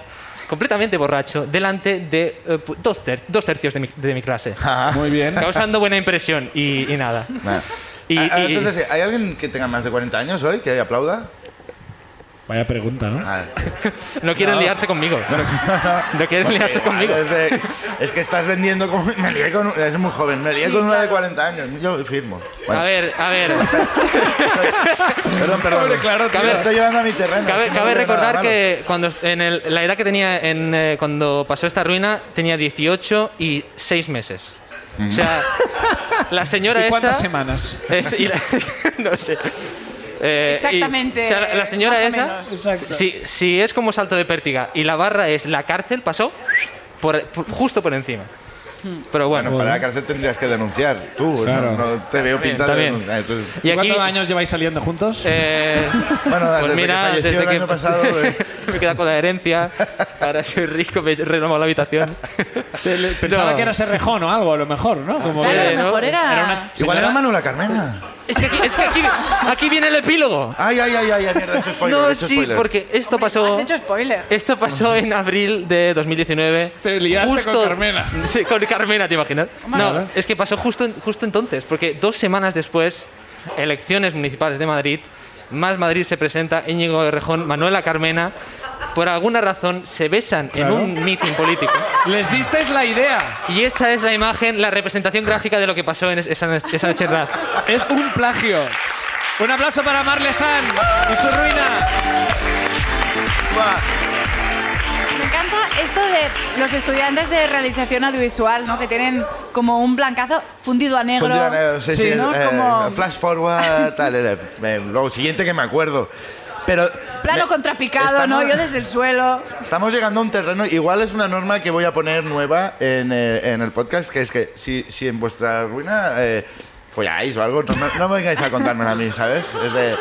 completamente borracho, delante de eh, pu- dos, ter- dos tercios de mi, de
[LAUGHS]
mi clase.
Muy bien.
causando buena impresión y, y nada.
Nah.
Y-
Ah, ah,
y-
entonces, ¿sí? ¿hay alguien que tenga más de 40 años hoy que aplauda?
Vaya pregunta, ¿no?
Ah,
No quieren liarse conmigo.
[LAUGHS]
No quieren liarse conmigo.
Es, de- es que estás vendiendo como... Me lié con... un- Es muy joven. Me lié
Sí,
con una de
claro.
40 años. Yo firmo. Bueno,
A ver, a ver.
Perdón, perdón.
Hombre, claro, tío.
Me estoy llevando a mi terreno.
Cabe,
No
cabe
veo nada
recordar
malo.
que cuando en el- la edad que tenía en, eh, cuando pasó esta ruina tenía 18 y 6 meses. O sea, la
[LAUGHS]
señora
¿Y cuántas
esta
semanas?
es- y la- [LAUGHS] no sé. Eh, y-
Exactamente,
o sea, la- la señora
más o
esa,
menos.
Exacto.
si, si es como salto de pértiga y la barra es la cárcel, pasó por- por- justo por encima.
Hmm.
Pero bueno,
Bueno, para la cárcel tendrías que denunciar. Tú, no-
Claro.
no, te veo pintado de
también.
denunciar. Entonces,
y aquí
¿Cuántos años lleváis saliendo juntos?
Eh,
Bueno, desde que falleció el año
[LAUGHS]
pasado, eh.
me he quedado con la herencia, ahora soy rico, me he renovado la habitación.
Pensaba
no.
que eras Serrejón o algo, a lo mejor, ¿no? Como
Claro, a
Eh,
lo
¿no?
mejor era...
Era una-
Igual era
señora-
Manuela Carmena.
Es que, aquí, es que aquí, aquí viene el epílogo.
Ay, ay, ay, ay, ay, mierda, he hecho spoiler. he
no,
hecho
sí,
Ah, spoiler.
porque esto pasó, Eh.
Has hecho spoiler.
esto pasó en abril de 2019.
Te liaste con Carmena. Oh
Sí, con Carmena, ¿te imaginas? No,
Vale.
es que pasó justo, en- justo entonces, porque dos semanas después, elecciones municipales de Madrid, más Madrid se presenta, Íñigo Errejón, Manuela Carmena, por alguna razón se besan
Claro.
en un mitin político.
Les disteis la idea.
Y esa es la imagen, la representación gráfica de lo que pasó en es- esa, esa noche en Raz.
Es un plagio. Un aplauso para Marle San y su ruina.
Me encanta esto de los estudiantes de realización audiovisual, ¿no? Que tienen como un blancazo fundido a negro.
Fundido a negro, sí, sí,
¿no?
eh,
como
Flash forward, tal. eh, eh, lo siguiente que me acuerdo. Pero.
plano
me-
contrapicado, ¿no?
estamos-
Yo desde el suelo.
Estamos llegando a un terreno, igual es una norma que voy a poner nueva en, eh, en el podcast, que es que si, si en vuestra ruina eh, folláis o algo, no, me- no vengáis a contármela a mí, ¿sabes? Es de-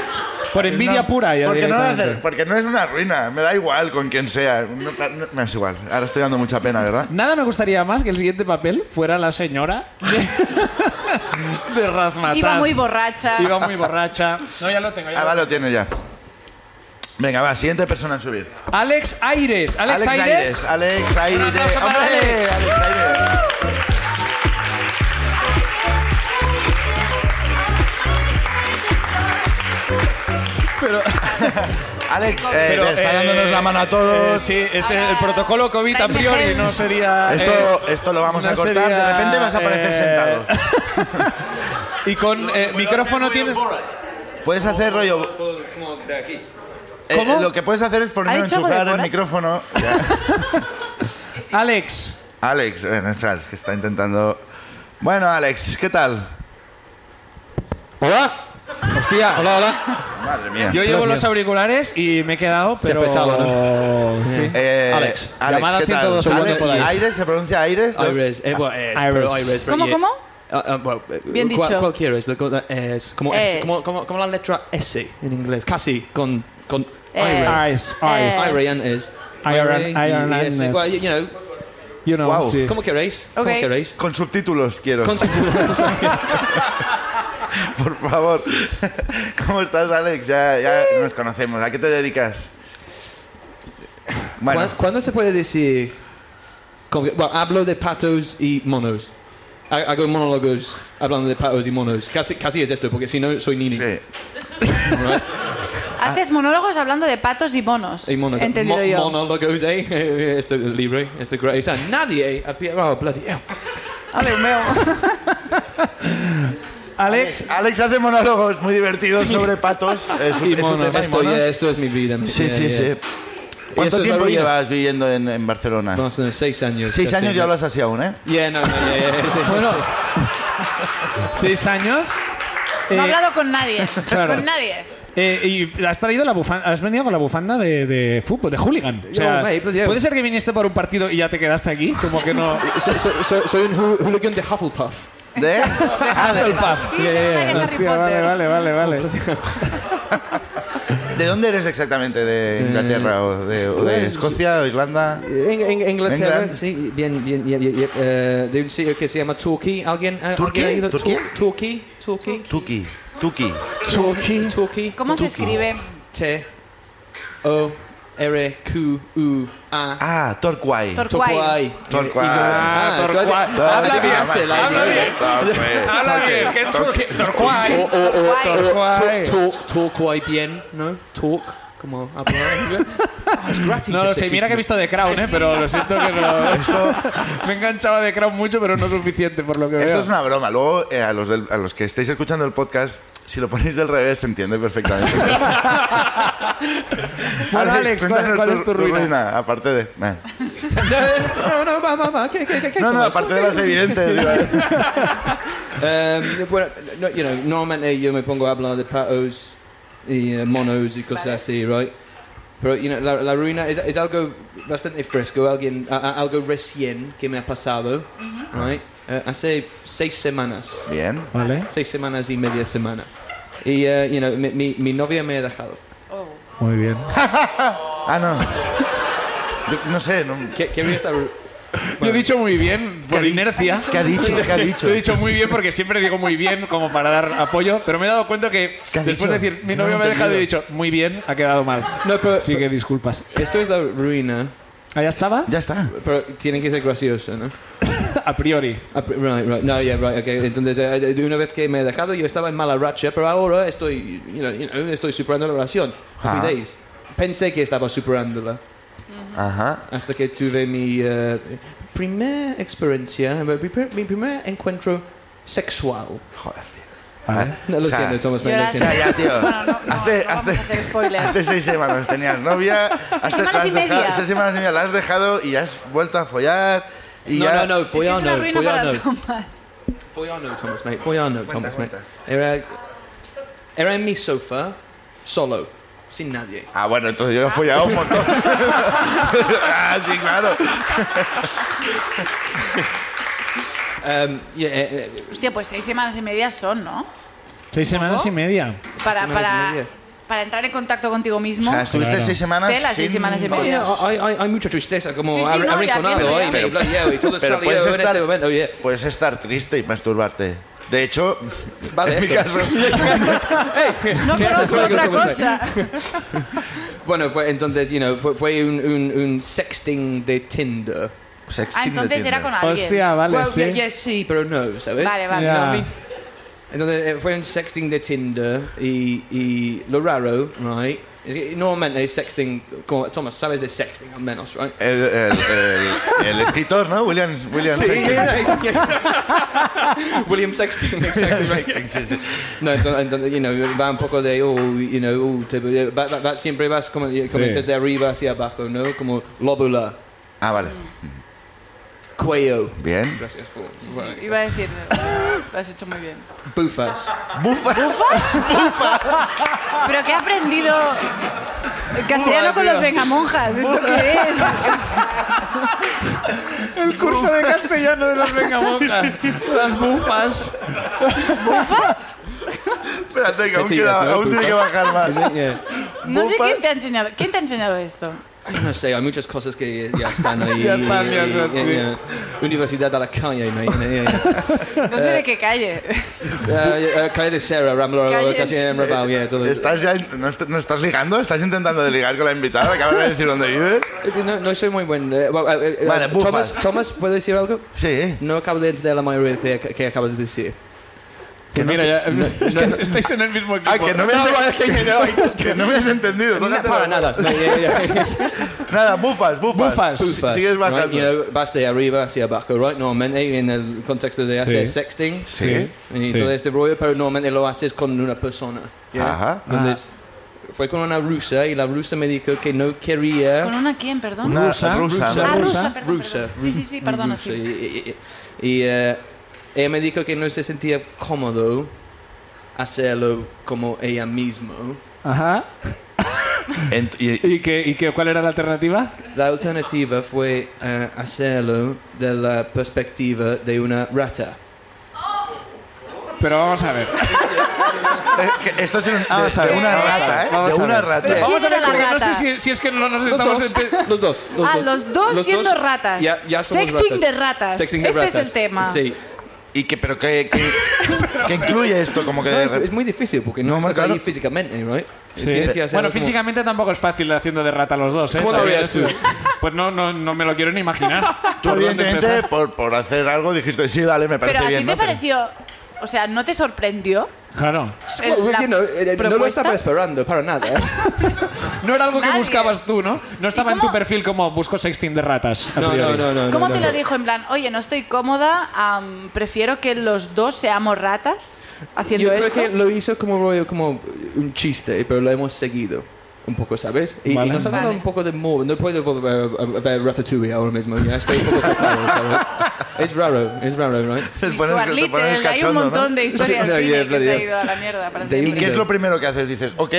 Por envidia
no,
pura. Ya
porque no, lo
directamente.
hace- porque no es una ruina, me da igual con quien sea. No, no- me es igual, ahora estoy dando mucha pena, ¿verdad?
Nada me gustaría más que el siguiente papel fuera la señora de, [LAUGHS] de Razmataz.
Iba muy borracha.
Iba muy borracha. No, ya lo tengo. ya
Ah,
lo
va, lo
tengo.
tiene ya. Venga, va, siguiente persona en subir.
Alex Aires. Alex, Aires.
Alex Aires.
Un aplauso para
¡Hombre!
Alex.
Alex Aires. [LAUGHS] Alex, eh,
Pero,
está
eh,
dándonos la mano a todos.
eh, sí, es el, el protocolo COVID a priori, no sería... eh,
Esto, esto lo vamos a
una
cortar.
seria,
de repente vas a aparecer
eh,
sentado.
Y con eh, micrófono tienes...
Puedes hacer rollo. eh,
¿Cómo?
lo que puedes hacer es por
¿Ha
no
dicho algo
enchufar
de
el
Borat?
micrófono.
Alex.
Alex, bueno, espera, es que está intentando. Bueno, Alex, ¿qué tal?
Hola,
Hostia.
hola, hola.
Madre mía.
Yo llevo
Gracias.
los auriculares y me he quedado,
Se ha
pero...
pechado,
Sí.
Eh,
Alex.
Llamada
¿qué tal?
112.
Segundo
Alex,
por ahí.
Aires, ¿se pronuncia Aires? ¿no?
Iris, eh, bueno, es,
Iris.
pero Iris, pero
¿Cómo,
ye-
cómo?
Ah, ah, bueno, eh,
Bien
¿cuál-
dicho.
¿Cuál quieres? Lo que- eh, Es como,
Es.
S, como, como, como la letra S en inglés. Casi con, con
Es.
Iris.
Ice, ice.
Eh.
Iris and S.
Iron-
Iris
Iron
y
and
S.
S.
Well, you you know,
You know,
Wow.
sí.
¿Cómo queréis? ¿Cómo
Ok.
queréis?
Con subtítulos quiero,
Con su-
[LAUGHS] por favor. ¿Cómo estás, Alex? Ya, ya nos conocemos. ¿A qué te dedicas? Bueno,
¿Cuán- ¿Cuándo se puede decir? como que- bueno, hablo de patos y monos. Ha- Hago monólogos hablando de patos y monos. Casi, casi es esto, porque si no soy nini.
sí.
right?
Haces monólogos hablando de patos y monos.
Y monos.
Entendido
Mo-
yo.
Monólogos, ¿eh? Esto es libre, esto es gratis. O sea, nadie ha pi- Oh, bloody hell.
A ver,
Alex,
Alex hace monólogos muy divertidos sobre
[LAUGHS]
patos. Es un,
Y
es un
monos.
tema de
Esto,
monos.
ya, esto es mi vida. mi-
Sí,
ya,
sí,
ya.
sí.
esto
¿Cuánto
es
tiempo
la ruina.
llevas viviendo en, en Barcelona?
Más o menos seis años.
Seis
casi.
años ya hablas así aún, ¿eh?
Yeah, no, no, yeah, yeah, sí.
bueno, seis años.
no he
Eh,
hablado con nadie.
[LAUGHS] claro.
Con nadie.
Eh, y has traído la bufanda, has venido con la bufanda de, de fútbol, de hooligan. O sea,
Yo, mate, pues, yeah.
¿Puede ser que viniste para un partido y ya te quedaste aquí? Como que
[LAUGHS]
no.
So- so- so- soy un hool- hooligan de Hufflepuff.
¿De? Ah, de,
Sí, nada que Harry Potter.
Eh, vale, vale, vale.
¿De dónde eres exactamente? ¿De Inglaterra o de, o de
Eh, pues,
Escocia o Irlanda?
En, en- en Inglaterra,
England.
sí, bien, bien, bien, bien, eh, de un sitio que se llama Turkey. ¿Alguien, eh,
¿Turkey?
¿alguien ha ido? Tu-
¿Turquía?
Turkey, Turkey,
Tuki. Tuki.
Turkey, Turkey,
¿Cómo se escribe?
T, O, R, E Q, U, A,
Ah, Torquay.
Torquay.
Torquay.
Ah,
Ah,
Torquay.
Torquay.
Torquay.
Habla bien,
Ah,
este,
sí,
la-
sí, sí, Torquay.
Habla
Torquay.
bien, que Tor- Torquay.
O, o, o,
Torquay.
Talk, talk, guay bien, ¿no? Talk, como hablar.
[LAUGHS]
Ah, es gratis.
No lo
este
sé, mira que he visto
sitio.
The Crown, ¿eh? pero lo siento que no. Esto... Me he enganchado a The Crown mucho, pero no suficiente por lo que veo.
Esto es una broma. Luego, eh, a, los del- a los que estéis escuchando el podcast, si lo ponéis del revés, se entiende
[LAUGHS]
perfectamente.
Bueno, Alex, ¿cuál-
cuéntanos
cuál es tu ruina?
Aparte de... nah.
No, no, no, va, va, va. ¿Qué, qué, qué, qué
No, no,
tomas?
aparte de las evidentes. digo,
Em, bueno, Um, no, you know, normalmente yo me pongo a hablar de patos y eh, monos y cosas así, right? Pero you know, la, la ruina es, es algo bastante fresco, alguien, a- a- algo recién que me ha pasado, right? Eh, hace seis semanas,
Bien.
Vale,
seis semanas y media semana. Y, eh, you know, mi, mi- mi novia me ha dejado.
muy bien.
Ah, no. Yo No sé, no-
¿Qué, qué ruina está-
Yo he dicho muy bien, por
¿Qué ha
inercia.
¿qué ha dicho? ¿Qué ha dicho?
Lo he dicho muy bien porque siempre digo muy bien como para dar apoyo, pero me he dado cuenta que
¿Qué has
después de
dicho?
decir mi
No lo
novio
he
me ha dejado y he
entendido.
dicho muy bien, ha quedado mal.
No, pero,
Así que disculpas.
pero esto es la ruina,
¿Allá estaba?
Ya está.
pero tiene que ser gracioso, ¿no?
A priori.
Ah, pr- Right, right. No, yeah, right. Okay. Entonces, eh, de una vez que me he dejado, yo estaba en mala racha, pero ahora estoy, you know, you know, estoy superando la relación. Happy
Ajá.
days. Pensé que estaba superándola
Ajá.
hasta que tuve mi eh, primer experiencia, mi primer, mi primer encuentro sexual.
Joder, tío.
Vale.
No, lo
Ah, O sea,
siento, Thomas, me
yo
lo
la-
O sea,
siento.
ya, tío.
Bueno, no, no,
Hace-
no vamos
hace-
a hacer spoiler.
Hace seis semanas tenías novia. has-
semanas
la has
y media.
dejado- Seis semanas y media la has dejado y has vuelto a follar. Y
No,
ya...
no, no,
Es que es
follar
una
no,
ruina
follar
para
no.
Tomás.
Follar no, Thomas, mate. Follar no, Thomas, mate.
cuenta.
Era, era en mi sofá, solo, sin nadie.
Ah, bueno, entonces yo he follado un montón. [LAUGHS] ah, sí, claro.
Um, yeah, eh, eh,
Hostia, pues seis semanas y media son, ¿no?
Seis semanas y media.
Para,
semanas y
para,
media.
para entrar en contacto contigo
O
mismo.
sea, estuviste
Claro.
seis semanas
Tela,
sin...
seis semanas y
Oh,
media.
yeah, hay, hay, hay mucha tristeza, como
Sí, sí,
ha-
no,
ha
ya
arrinconado
entiendo,
hoy,
ya.
pero, bloody hell, y todo
[LAUGHS] Pero
salió
puedes
en
estar,
este momento, yeah.
puedes estar triste y masturbarte. De hecho, [LAUGHS]
Vale,
en mi
eso.
caso,
[LAUGHS]
no
¿qué haces
conozco
luego,
otra
Thomas?
cosa.
Bueno, fue, entonces, you know, fue, fue un, un, un sexting de Tinder.
sexting
Ah,
de
entonces
Tinder.
era con alguien.
Hostia, vale,
well,
sí.
yeah, yeah, sí, pero no, ¿sabes?
Vale, vale.
Ya.
No, a mí- Entonces, eh, fue un sexting de Tinder y, y lo raro, right, es que normalmente sexting, como, Thomas, sabes de sexting al menos, right?
El, el- el- el escritor, ¿no? William, William sexting.
[LAUGHS]
[LAUGHS]
William Sexting, exactly right.
Sí, sí.
No, entonces, entonces, you know, va un poco de, oh, you know, oh, te- va- va- va- siempre vas como, como desde arriba hacia abajo, ¿no? Como lóbula,
Ah, vale.
cuello.
Bien.
Gracias por...
Sí, iba a decir, lo has hecho muy bien.
Bufas.
Pero que he aprendido castellano con los vengamonjas. ¿Esto qué es?
El curso de castellano de los Vengamonjas. Las bufas.
[LAUGHS] Espérate, que aún,
Sí, sí, ya
queda,
está,
aún tiene que bajar más.
Yeah.
No sé
Bufa.
quién te ha enseñado. ¿Quién te ha enseñado esto?
Yo No sé, hay muchas cosas que ya están
[LAUGHS]
ahí.
Ya están, ya están, sí.
yeah. Universidad de la calle, mate. yeah, yeah.
[LAUGHS]
No sé de qué calle.
Eh, eh, calle de Serra, Rambla,
Calles.
casi en Raval, yeah, todo.
¿Estás ya, no, est- no estás ligando? ¿Estás intentando de ligar con la invitada? Acabas de decir dónde vives.
Es que No, no soy muy buen. eh, well, eh, eh,
Vale, bufas.
Thomas, Thomas, ¿puedo decir algo?
Sí.
No acabo de entender la mayoría de que, que acabas de decir.
Que no,
Mira,
que-
ya, [LAUGHS] estáis, estáis en el mismo equipo.
Ah, que no me has, [LAUGHS] que no me has entendido.
No,
tócate
para
la-
nada. No, yeah, [LAUGHS] yeah, yeah.
Nada, bufas, bufas.
Bufas.
Bufas,
Sigues bajando.
Right, you know, vas de arriba hacia abajo, right? Normalmente en el contexto de hacer
Sí.
sexting
Sí.
y
Sí.
todo este rollo, pero normalmente lo haces con una persona.
Ah.
Ajá.
Entonces, fue con una rusa y la rusa me dijo que no quería...
¿Con una quién, perdón?
Una
Rusa,
rusa.
rusa.
ah, rusa,
rusa,
perdón,
rusa,
perdón. Sí, sí, sí, perdona.
rusa,
Sí.
Y, y- y, eh, ella me dijo que no se sentía cómodo hacerlo como ella misma. Ajá.
Ent- y- eh,
¿Y, qué, y qué, cuál era la alternativa?
La alternativa fue eh, hacerlo de la perspectiva de una rata.
Pero vamos a ver.
eh, que esto es un- de,
Vamos a
de
ver,
una
vamos a
rata,
ver,
¿eh?
vamos
De
a
una
ver.
rata.
Pero-
Vamos a
¿Quién
ver,
era la
porque no sé
rata?
si, si es que no nos
Los
estamos
dos,
ente-
los dos. Los
Ah,
dos.
los dos siendo ratas.
Ya, ya somos
Sexting
ratas.
de ratas.
Sexting de
Este es
ratas.
el tema.
Sí.
¿Y que, pero qué, qué, qué incluye esto? Como que
No,
de
es,
rep-
es muy difícil porque no,
No,
estás
claro.
ahí físicamente, ¿right?
Sí.
Tienes que hacer
Bueno,
como-
físicamente tampoco es fácil haciendo de rata los dos, ¿eh?
¿Cómo lo
También
veías
es-
tú?
Pues no, no, no me lo quiero ni imaginar.
[LAUGHS] Tú,
¿Por dónde
evidentemente,
empezar?
por, por hacer algo dijiste, sí, vale, me parece
Pero a ti
bien.
te
¿no? Pero-
pareció. O sea, ¿no te sorprendió?
Claro.
Well,
la
you know, eh, eh, no lo
propuesta?
estaba esperando para [LAUGHS] nada.
No era algo que
Nadie.
buscabas tú, ¿no? No estaba en tu
cómo?
perfil como busco sexting de ratas. a
No, no,
priori.
no, no.
¿Cómo
no,
te
no.
lo dijo? En plan, oye, no estoy cómoda, am, prefiero que los dos seamos ratas haciendo
Yo creo
esto.
que lo hizo como rollo, como un chiste, pero lo hemos seguido. Un poco, ¿sabes? Y, y
Vale.
nos ha dado
Vale.
un poco de modo. No puedo volver a, a- a ver eh, Ratatouille ahora mismo. Ya estoy un poco
[LAUGHS]
tocado, ¿sabes? Es raro, es raro, ¿no?
Te
Y
pones-
Stuart
te pones
Little, ¿eh? hay un
cachondo, ¿no?
montón de historias
Sí,
al cine
yeah,
que
bloody
se ha
hell.
ido a la mierda para
De-
¿Y
siempre.
qué es lo primero que haces? Dices, ok,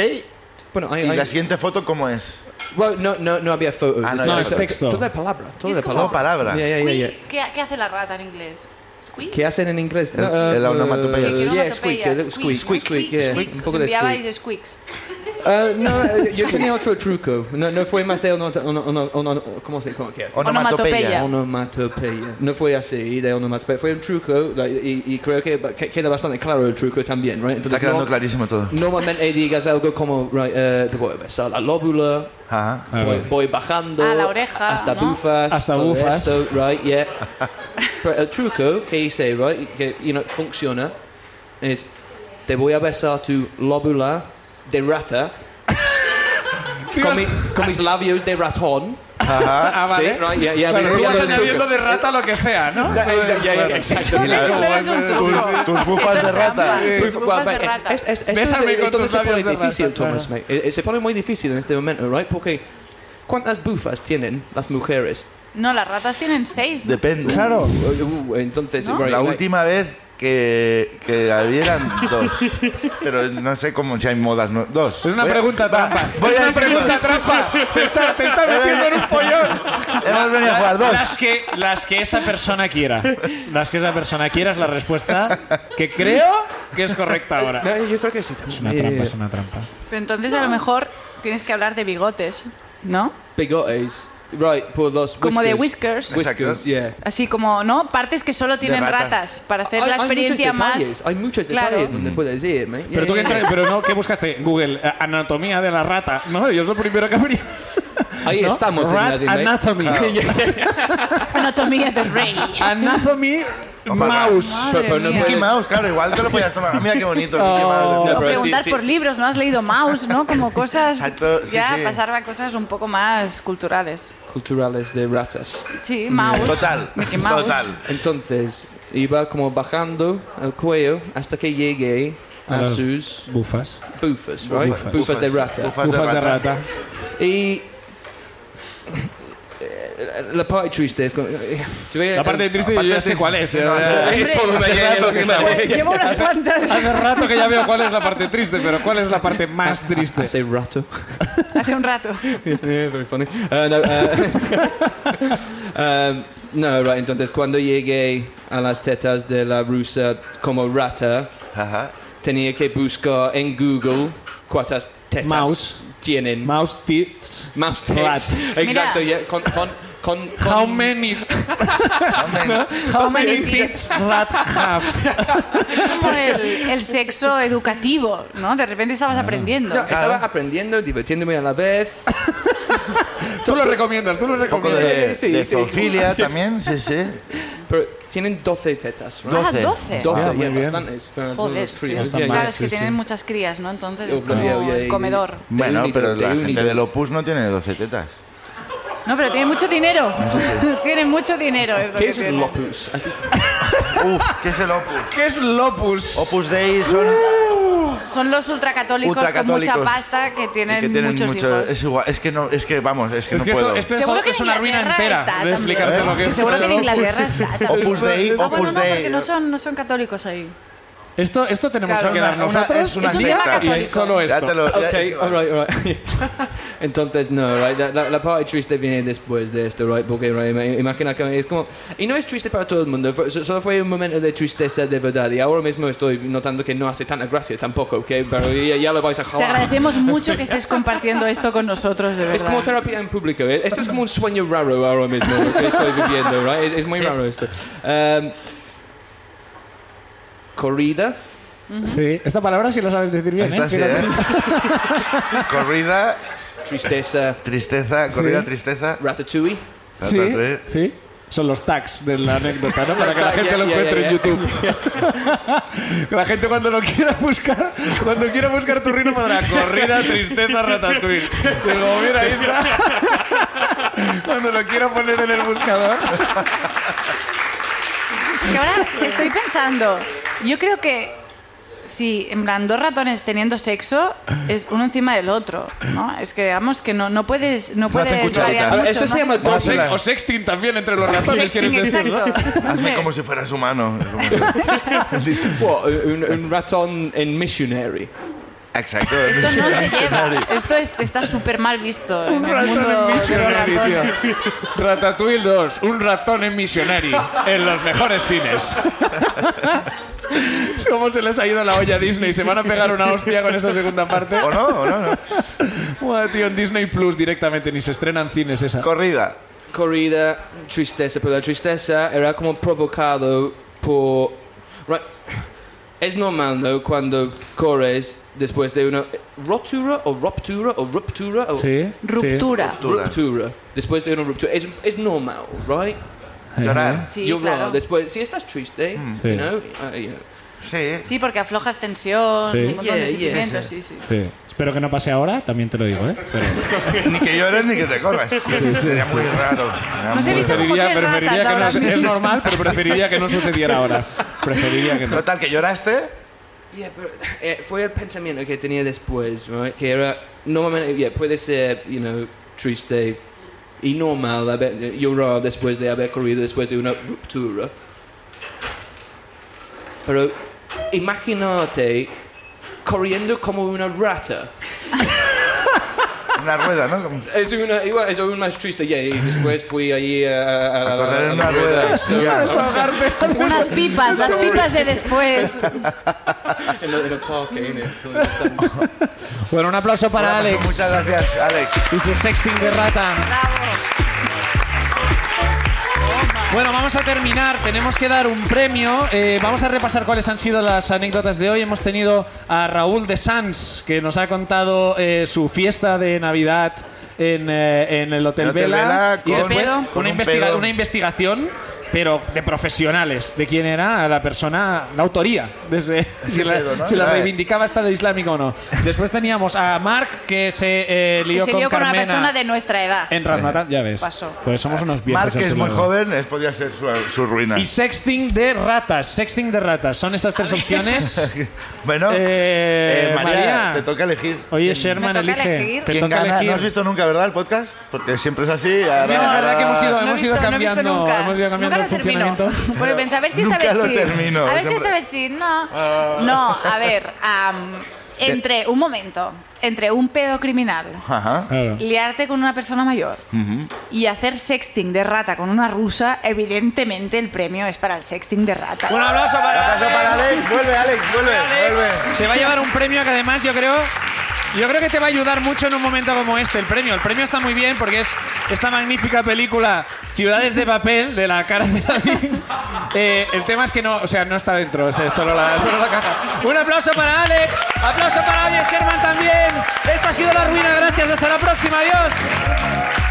Bueno, hay,
y
hay-
la siguiente foto, ¿cómo es?
Well, no, no, no había fotos.
Ah, no,
Esto-
no,
esto-
es texto.
Todo de palabra. Todo
es
de
como-
palabra.
No, palabra.
Yeah, yeah, yeah, yeah.
Squeak. ¿Qué, qué hace la rata en inglés? ¿Squeak?
¿Qué hacen en inglés? No,
El- el
eh,
onomatopeya.
eh, yeah, squeak, eh, squeak,
Squeak.
squeak, yeah,
squeak.
un
Os
poco de squeak.
[LAUGHS]
enviabais squeaks.
Eh, no, eh, yo tenía otro truco. No, no fue más de ono, ono, ono- ono- ¿cómo se cómo- qué es?
Onomatopeya.
Onomatopeya. No fue así de onomatopeya. Fue un truco like, y, y creo que que- queda bastante claro el truco también,
Está
right? Entonces,
quedando
no-
clarísimo todo.
Normalmente digas algo como, right, eh, te voy a besar la lóbula,
Ajá.
Claro.
voy, voy bajando
Ah, la oreja,
hasta
¿no?
bufas,
Ah, Hasta
todo
bufas.
esto, right,
[LAUGHS]
yeah. Pero el truco que hice, right, que you know, funciona, es te voy a besar tu lóbula de
[LAUGHS]
rata con, mi- con mis labios de ratón.
Ah, vale.
Sí, right, yeah, yeah,
Claro,
pero-
tú vas
pero-
añadiendo de rata lo que sea, ¿no?
Ya, ya, ya, ya,
Claro.
exacto.
Y la-
Eso no es un
[LAUGHS] tus,
truco.
tus bufas de rata.
Tus bufas de
Bueno,
rata.
Es, es, es,
Bésame
es
con
donde
tus
se pone
labios de
difícil,
rata,
Thomas,
claro.
mate. Eh, Se pone muy difícil en este momento, right? Porque ¿cuántas bufas tienen las mujeres?
No, las ratas tienen seis. ¿no?
Depende.
Claro.
Uh, uh, Entonces,
¿No?
right,
La
like-
última vez que, que habían dos. Pero no sé cómo si hay modas. no- dos.
Es una
Voy a-
pregunta
va,
trampa.
voy
es
a
una
decirlo.
pregunta trampa. Te está, te está metiendo en un follón.
Hemos venido a jugar
Las
dos.
que, las que esa persona quiera. Las que esa persona quiera es la respuesta que creo que es correcta ahora.
No, yo creo que sí. eh,
Es una trampa, es una trampa.
Pero entonces a lo mejor tienes que hablar de bigotes, ¿no?
Bigotes. Right, por los
Como de
whiskers.
whiskers.
Whiskers,
Exacto.
yeah.
Así como, ¿no? Partes que solo tienen
ratas.
ratas para hacer la
Hay- hay muchos
experiencia
detalles,
más.
Hay muchos
Claro.
detalles donde puedes ir, mate.
Mm. Pero
Yeah,
tú qué,
yeah,
entra-
yeah.
pero no, ¿qué buscaste? Google, eh, anatomía de la rata. No, yo es lo primero que abrí.
Ahí
¿No?
estamos. en
Rat
las- mate.
anatomy.
Anatomía de rey.
anatomy
Opa,
mouse.
Madre
pero no
mía.
Mickey Mouse, claro, igual te lo podías tomar. Mira qué bonito, Mickey
Oh.
Mouse.
No,
O
pero sí,
preguntar
sí,
por
sí.
libros, ¿no? Has leído Mouse, ¿no? Como cosas.
Exacto, sí,
ya
sí.
pasar a cosas un poco más culturales.
Culturales de ratas.
Sí, Mouse.
Total.
Mickey Mouse.
Total.
Entonces iba como bajando el cuello hasta que llegué
A
a,
las-
sus
Bufas.
bufas, right?
Bufas.
bufas, de rata.
Bufas de
Bufas de
rata.
rata.
Y eh, la parte triste es como- eh, tú ves-
La parte triste yo ya sé cuál es. eh.
es todo me llega, lo que me-
Llevo unas cuantas.
Hace rato que ya veo cuál es la parte triste, pero cuál es la parte más triste.
Ah, Hace rato.
[LAUGHS]
[LAUGHS]
Hace un rato.
Yeah, very funny. Uh, no, uh, [LAUGHS] um, no, right, entonces cuando llegué a las tetas de la rusa como rata,
Ajá.
tenía que buscar en Google cuántas tetas
Mouse.
tienen.
Mouse tits.
Mouse tits. Exacto,
Mira.
yeah, con, con, con, con-
How many, how many tits rat have?
Como el, el sexo educativo, ¿no? De repente estabas aprendiendo.
No, estaba aprendiendo, divirtiéndome a la vez.
[LAUGHS] Tú lo recomiendas, tú lo
Un poco
recomiendas.
de,
Sí,
de
sí.
zoofilia también, sí, sí.
Pero tienen 12 tetas, right?
Ah,
12.
12.
12,
Ah, muy
yeah,
bien.
bastantes. para todos
Joder,
los
sí.
críos,
está
yeah,
mal.
Claro, es que
sí,
tienen
sí.
muchas crías, ¿no? Entonces
Yo
es como
creo, ya,
el
y-
comedor.
Bueno,
único,
pero
de
la
único.
gente del Opus no tiene 12 tetas.
No, pero tiene mucho dinero. [LAUGHS] tiene mucho dinero. es lo
¿Qué
que
es un
tienen.
lopus?
[LAUGHS] Uf, ¿qué es el Opus?
¿Qué es Lopus?
Opus Dei son
Son los ultracatólicos,
ultracatólicos.
con mucha pasta que tienen,
que tienen
muchos
mucho-
hijos.
Es igual, es que no, es que vamos, es que
Es
no
que
puedo.
esto, este- esto es,
Seguro que
es
en
una ruina entera
Inglaterra está
de
también.
explicarte lo que
Que
es.
seguro que en
Lopus. este-
Inglaterra está. también.
Opus Dei,
Ah, bueno,
Opus
no, porque
Dei.
no son, no son católicos ahí.
¿Esto, esto tenemos
Claro.
que
Una-
dar
una-
nosotros?
es una
Es un tema
secta.
y
católico.
solo
Ya
esto.
te lo- ya-
Okay, all right, all right. [LAUGHS] Entonces, no, right. La, la- la parte triste viene después de esto, right? Porque, right, me- imagina que es como. Y no es triste para todo el mundo, fue- so- solo fue un momento de tristeza de verdad. Y ahora mismo estoy notando que no hace tanta gracia tampoco, ¿ok? Pero ya, ya lo vais a
Te
jalar.
agradecemos mucho que estés compartiendo esto con nosotros, de verdad.
Es como terapia en público. ¿eh? Esto es como un sueño raro ahora mismo lo que estoy viviendo, right? Es, es muy raro esto. Em, corrida.
Sí, esta palabra sí la sabes decir bien,
Esta
¿eh?
sí,
Fíjate.
¿eh?
[LAUGHS]
Corrida,
Tristeza.
tristeza, corrida,
Sí.
tristeza. ¿eh?
Ratatouille.
Sí,
Ratatouille.
sí. Son los tags de la anécdota, ¿no? Para que la
tags,
gente
ya,
lo
ya,
encuentre
ya,
en YouTube. Que [LAUGHS] la gente cuando lo quiera buscar, cuando quiera buscar tu rino podrá corrida, tristeza, ratatouille. Digo, mira, Isra. [LAUGHS] Cuando lo quiera poner en el buscador.
Es que ahora estoy pensando, yo creo que si en plan dos ratones teniendo sexo es uno encima del otro, ¿no? Es que digamos que no, no puedes, no
hacen
puedes
cucharita.
variar
A ver,
mucho,
esto
no
se llama
haces-
O,
Vamos a
sex-
la-
o sexting también entre los ratones,
Sexting,
quieres decir, ¿no?
exacto. No
Hazme
sé.
como si fueras
[LAUGHS]
humano.
What? Un, un ratón en missionary.
Exacto.
Esto no se lleva. Esto es- está súper mal visto en
Un
el
ratón en
mundo de los
Missionary,
ratones.
tío. Ratatouille 2, un ratón en Missionary, en los mejores cines. ¿Cómo se les ha ido la olla a Disney? Se van a pegar una hostia con esta segunda parte.
¿O no? ¿O no? no.
Buah, tío, en Disney Plus directamente, ni se estrenan cines esa.
Corrida.
Corrida, tristeza, pero la tristeza era como provocado por... Right. Es normal, ¿no? Cuando corres después de una... ¿Rotura o ruptura o ruptura? O
Ruptura.
Ruptura. Después de una ruptura. Es, es normal, ¿right?
Llorar.
Sí,
You're
claro.
wrong. Después, si estás triste,
Sí.
you know, uh, you know.
Sí.
Sí, porque aflojas tensión,
Sí.
un montón de
Yeah, yeah.
sentimientos, sí, sí.
Espero que no pase ahora, también te lo digo, ¿eh?
Ni que llores ni que te corras. Sería muy raro. Sería
No sé,
muy raro.
¿viste?
[LAUGHS] preferiría,
Como tres
preferiría que
ratas
no
ahora
se- es
mismo.
normal, pero preferiría que no sucediera ahora. Preferiría que no.
Total, que lloraste.
Yeah, pero eh, fue el pensamiento que tenía después, right? Que era, normalmente, yeah, puede ser, you know, triste y normal haber, eh, llorar después de haber corrido, después de una ruptura. Pero imagínate corriendo como una rata.
Una rueda, ¿no? Como-
Es una, igual, es aún más triste, yeah, y después fui allí a... a- a-
A correr en
a-
una
a-
rueda. Ya.
Unas pipas, las pipas de después.
En el- en el parque, en el-
Bueno, un aplauso
Muchas
para Alex
gracias, Alex.
y su sexting de rata.
Bravo.
Bueno, vamos a terminar. Tenemos que dar un premio. Eh, vamos a repasar cuáles han sido las anécdotas de hoy. Hemos tenido a Raúl de Sanz, que nos ha contado eh, su fiesta de Navidad en, eh, en el Hotel,
El Hotel
Vela.
Vela
y
con-
después
Pedo.
una
con un
investiga-
pedo.
una investigación, pero de profesionales, de quién era la persona, la autoría, desde si, la,
pedo, ¿no?
si la
Vale.
reivindicaba Estado Islámico o no. Después teníamos a Marc, que se eh,
Que
lió
se
con
lió con una
Carmena
persona de nuestra edad.
en Razzmatazz. Ya ves.
Pasó.
Pues somos unos viejos.
Mark, que
así,
es
la
muy
verdad.
joven, es- podría ser su, su ruina.
Y sexting de ratas, sexting de ratas. Son estas tres opciones.
[LAUGHS] [LAUGHS] Bueno,
Eh,
eh, María,
María.
te toca elegir.
Oye, Sherman,
Me toca
elige.
elegir.
Te
¿Quién
toca
gana?
elegir.
No has visto nunca, ¿verdad? El podcast, porque siempre es así. Ahora,
Mira, es verdad que hemos ido,
No he
hemos ido
visto- no he visto
cambiando,
nunca.
hemos ido cambiando el
Nunca lo termino.
funcionamiento.
Bueno, pensé, a ver si esta
Nunca
vez
lo
sí.
termino.
A ver si
Siempre-
esta vez sí. No.
Ah.
No, a ver. am, entre, un momento, entre un pedo criminal,
Ajá.
Claro.
liarte con una persona mayor y hacer sexting de rata con una rusa, evidentemente el premio es para el sexting de rata.
Un aplauso para,
Paso para Alex, vuelve Alex, vuelve,
Alex.
vuelve.
Se va a llevar un premio que además yo creo. Yo creo que te va a ayudar mucho en un momento como este, el premio. El premio está muy bien porque es esta magnífica película Ciudades de papel de la cara
[LAUGHS]
de David. Eh, el tema es que no, o sea, no está dentro, es eh, solo la, solo la caja. Un aplauso para Alex, aplauso para Oye Sherman también. Esta ha sido la ruina, gracias, hasta la próxima, adiós.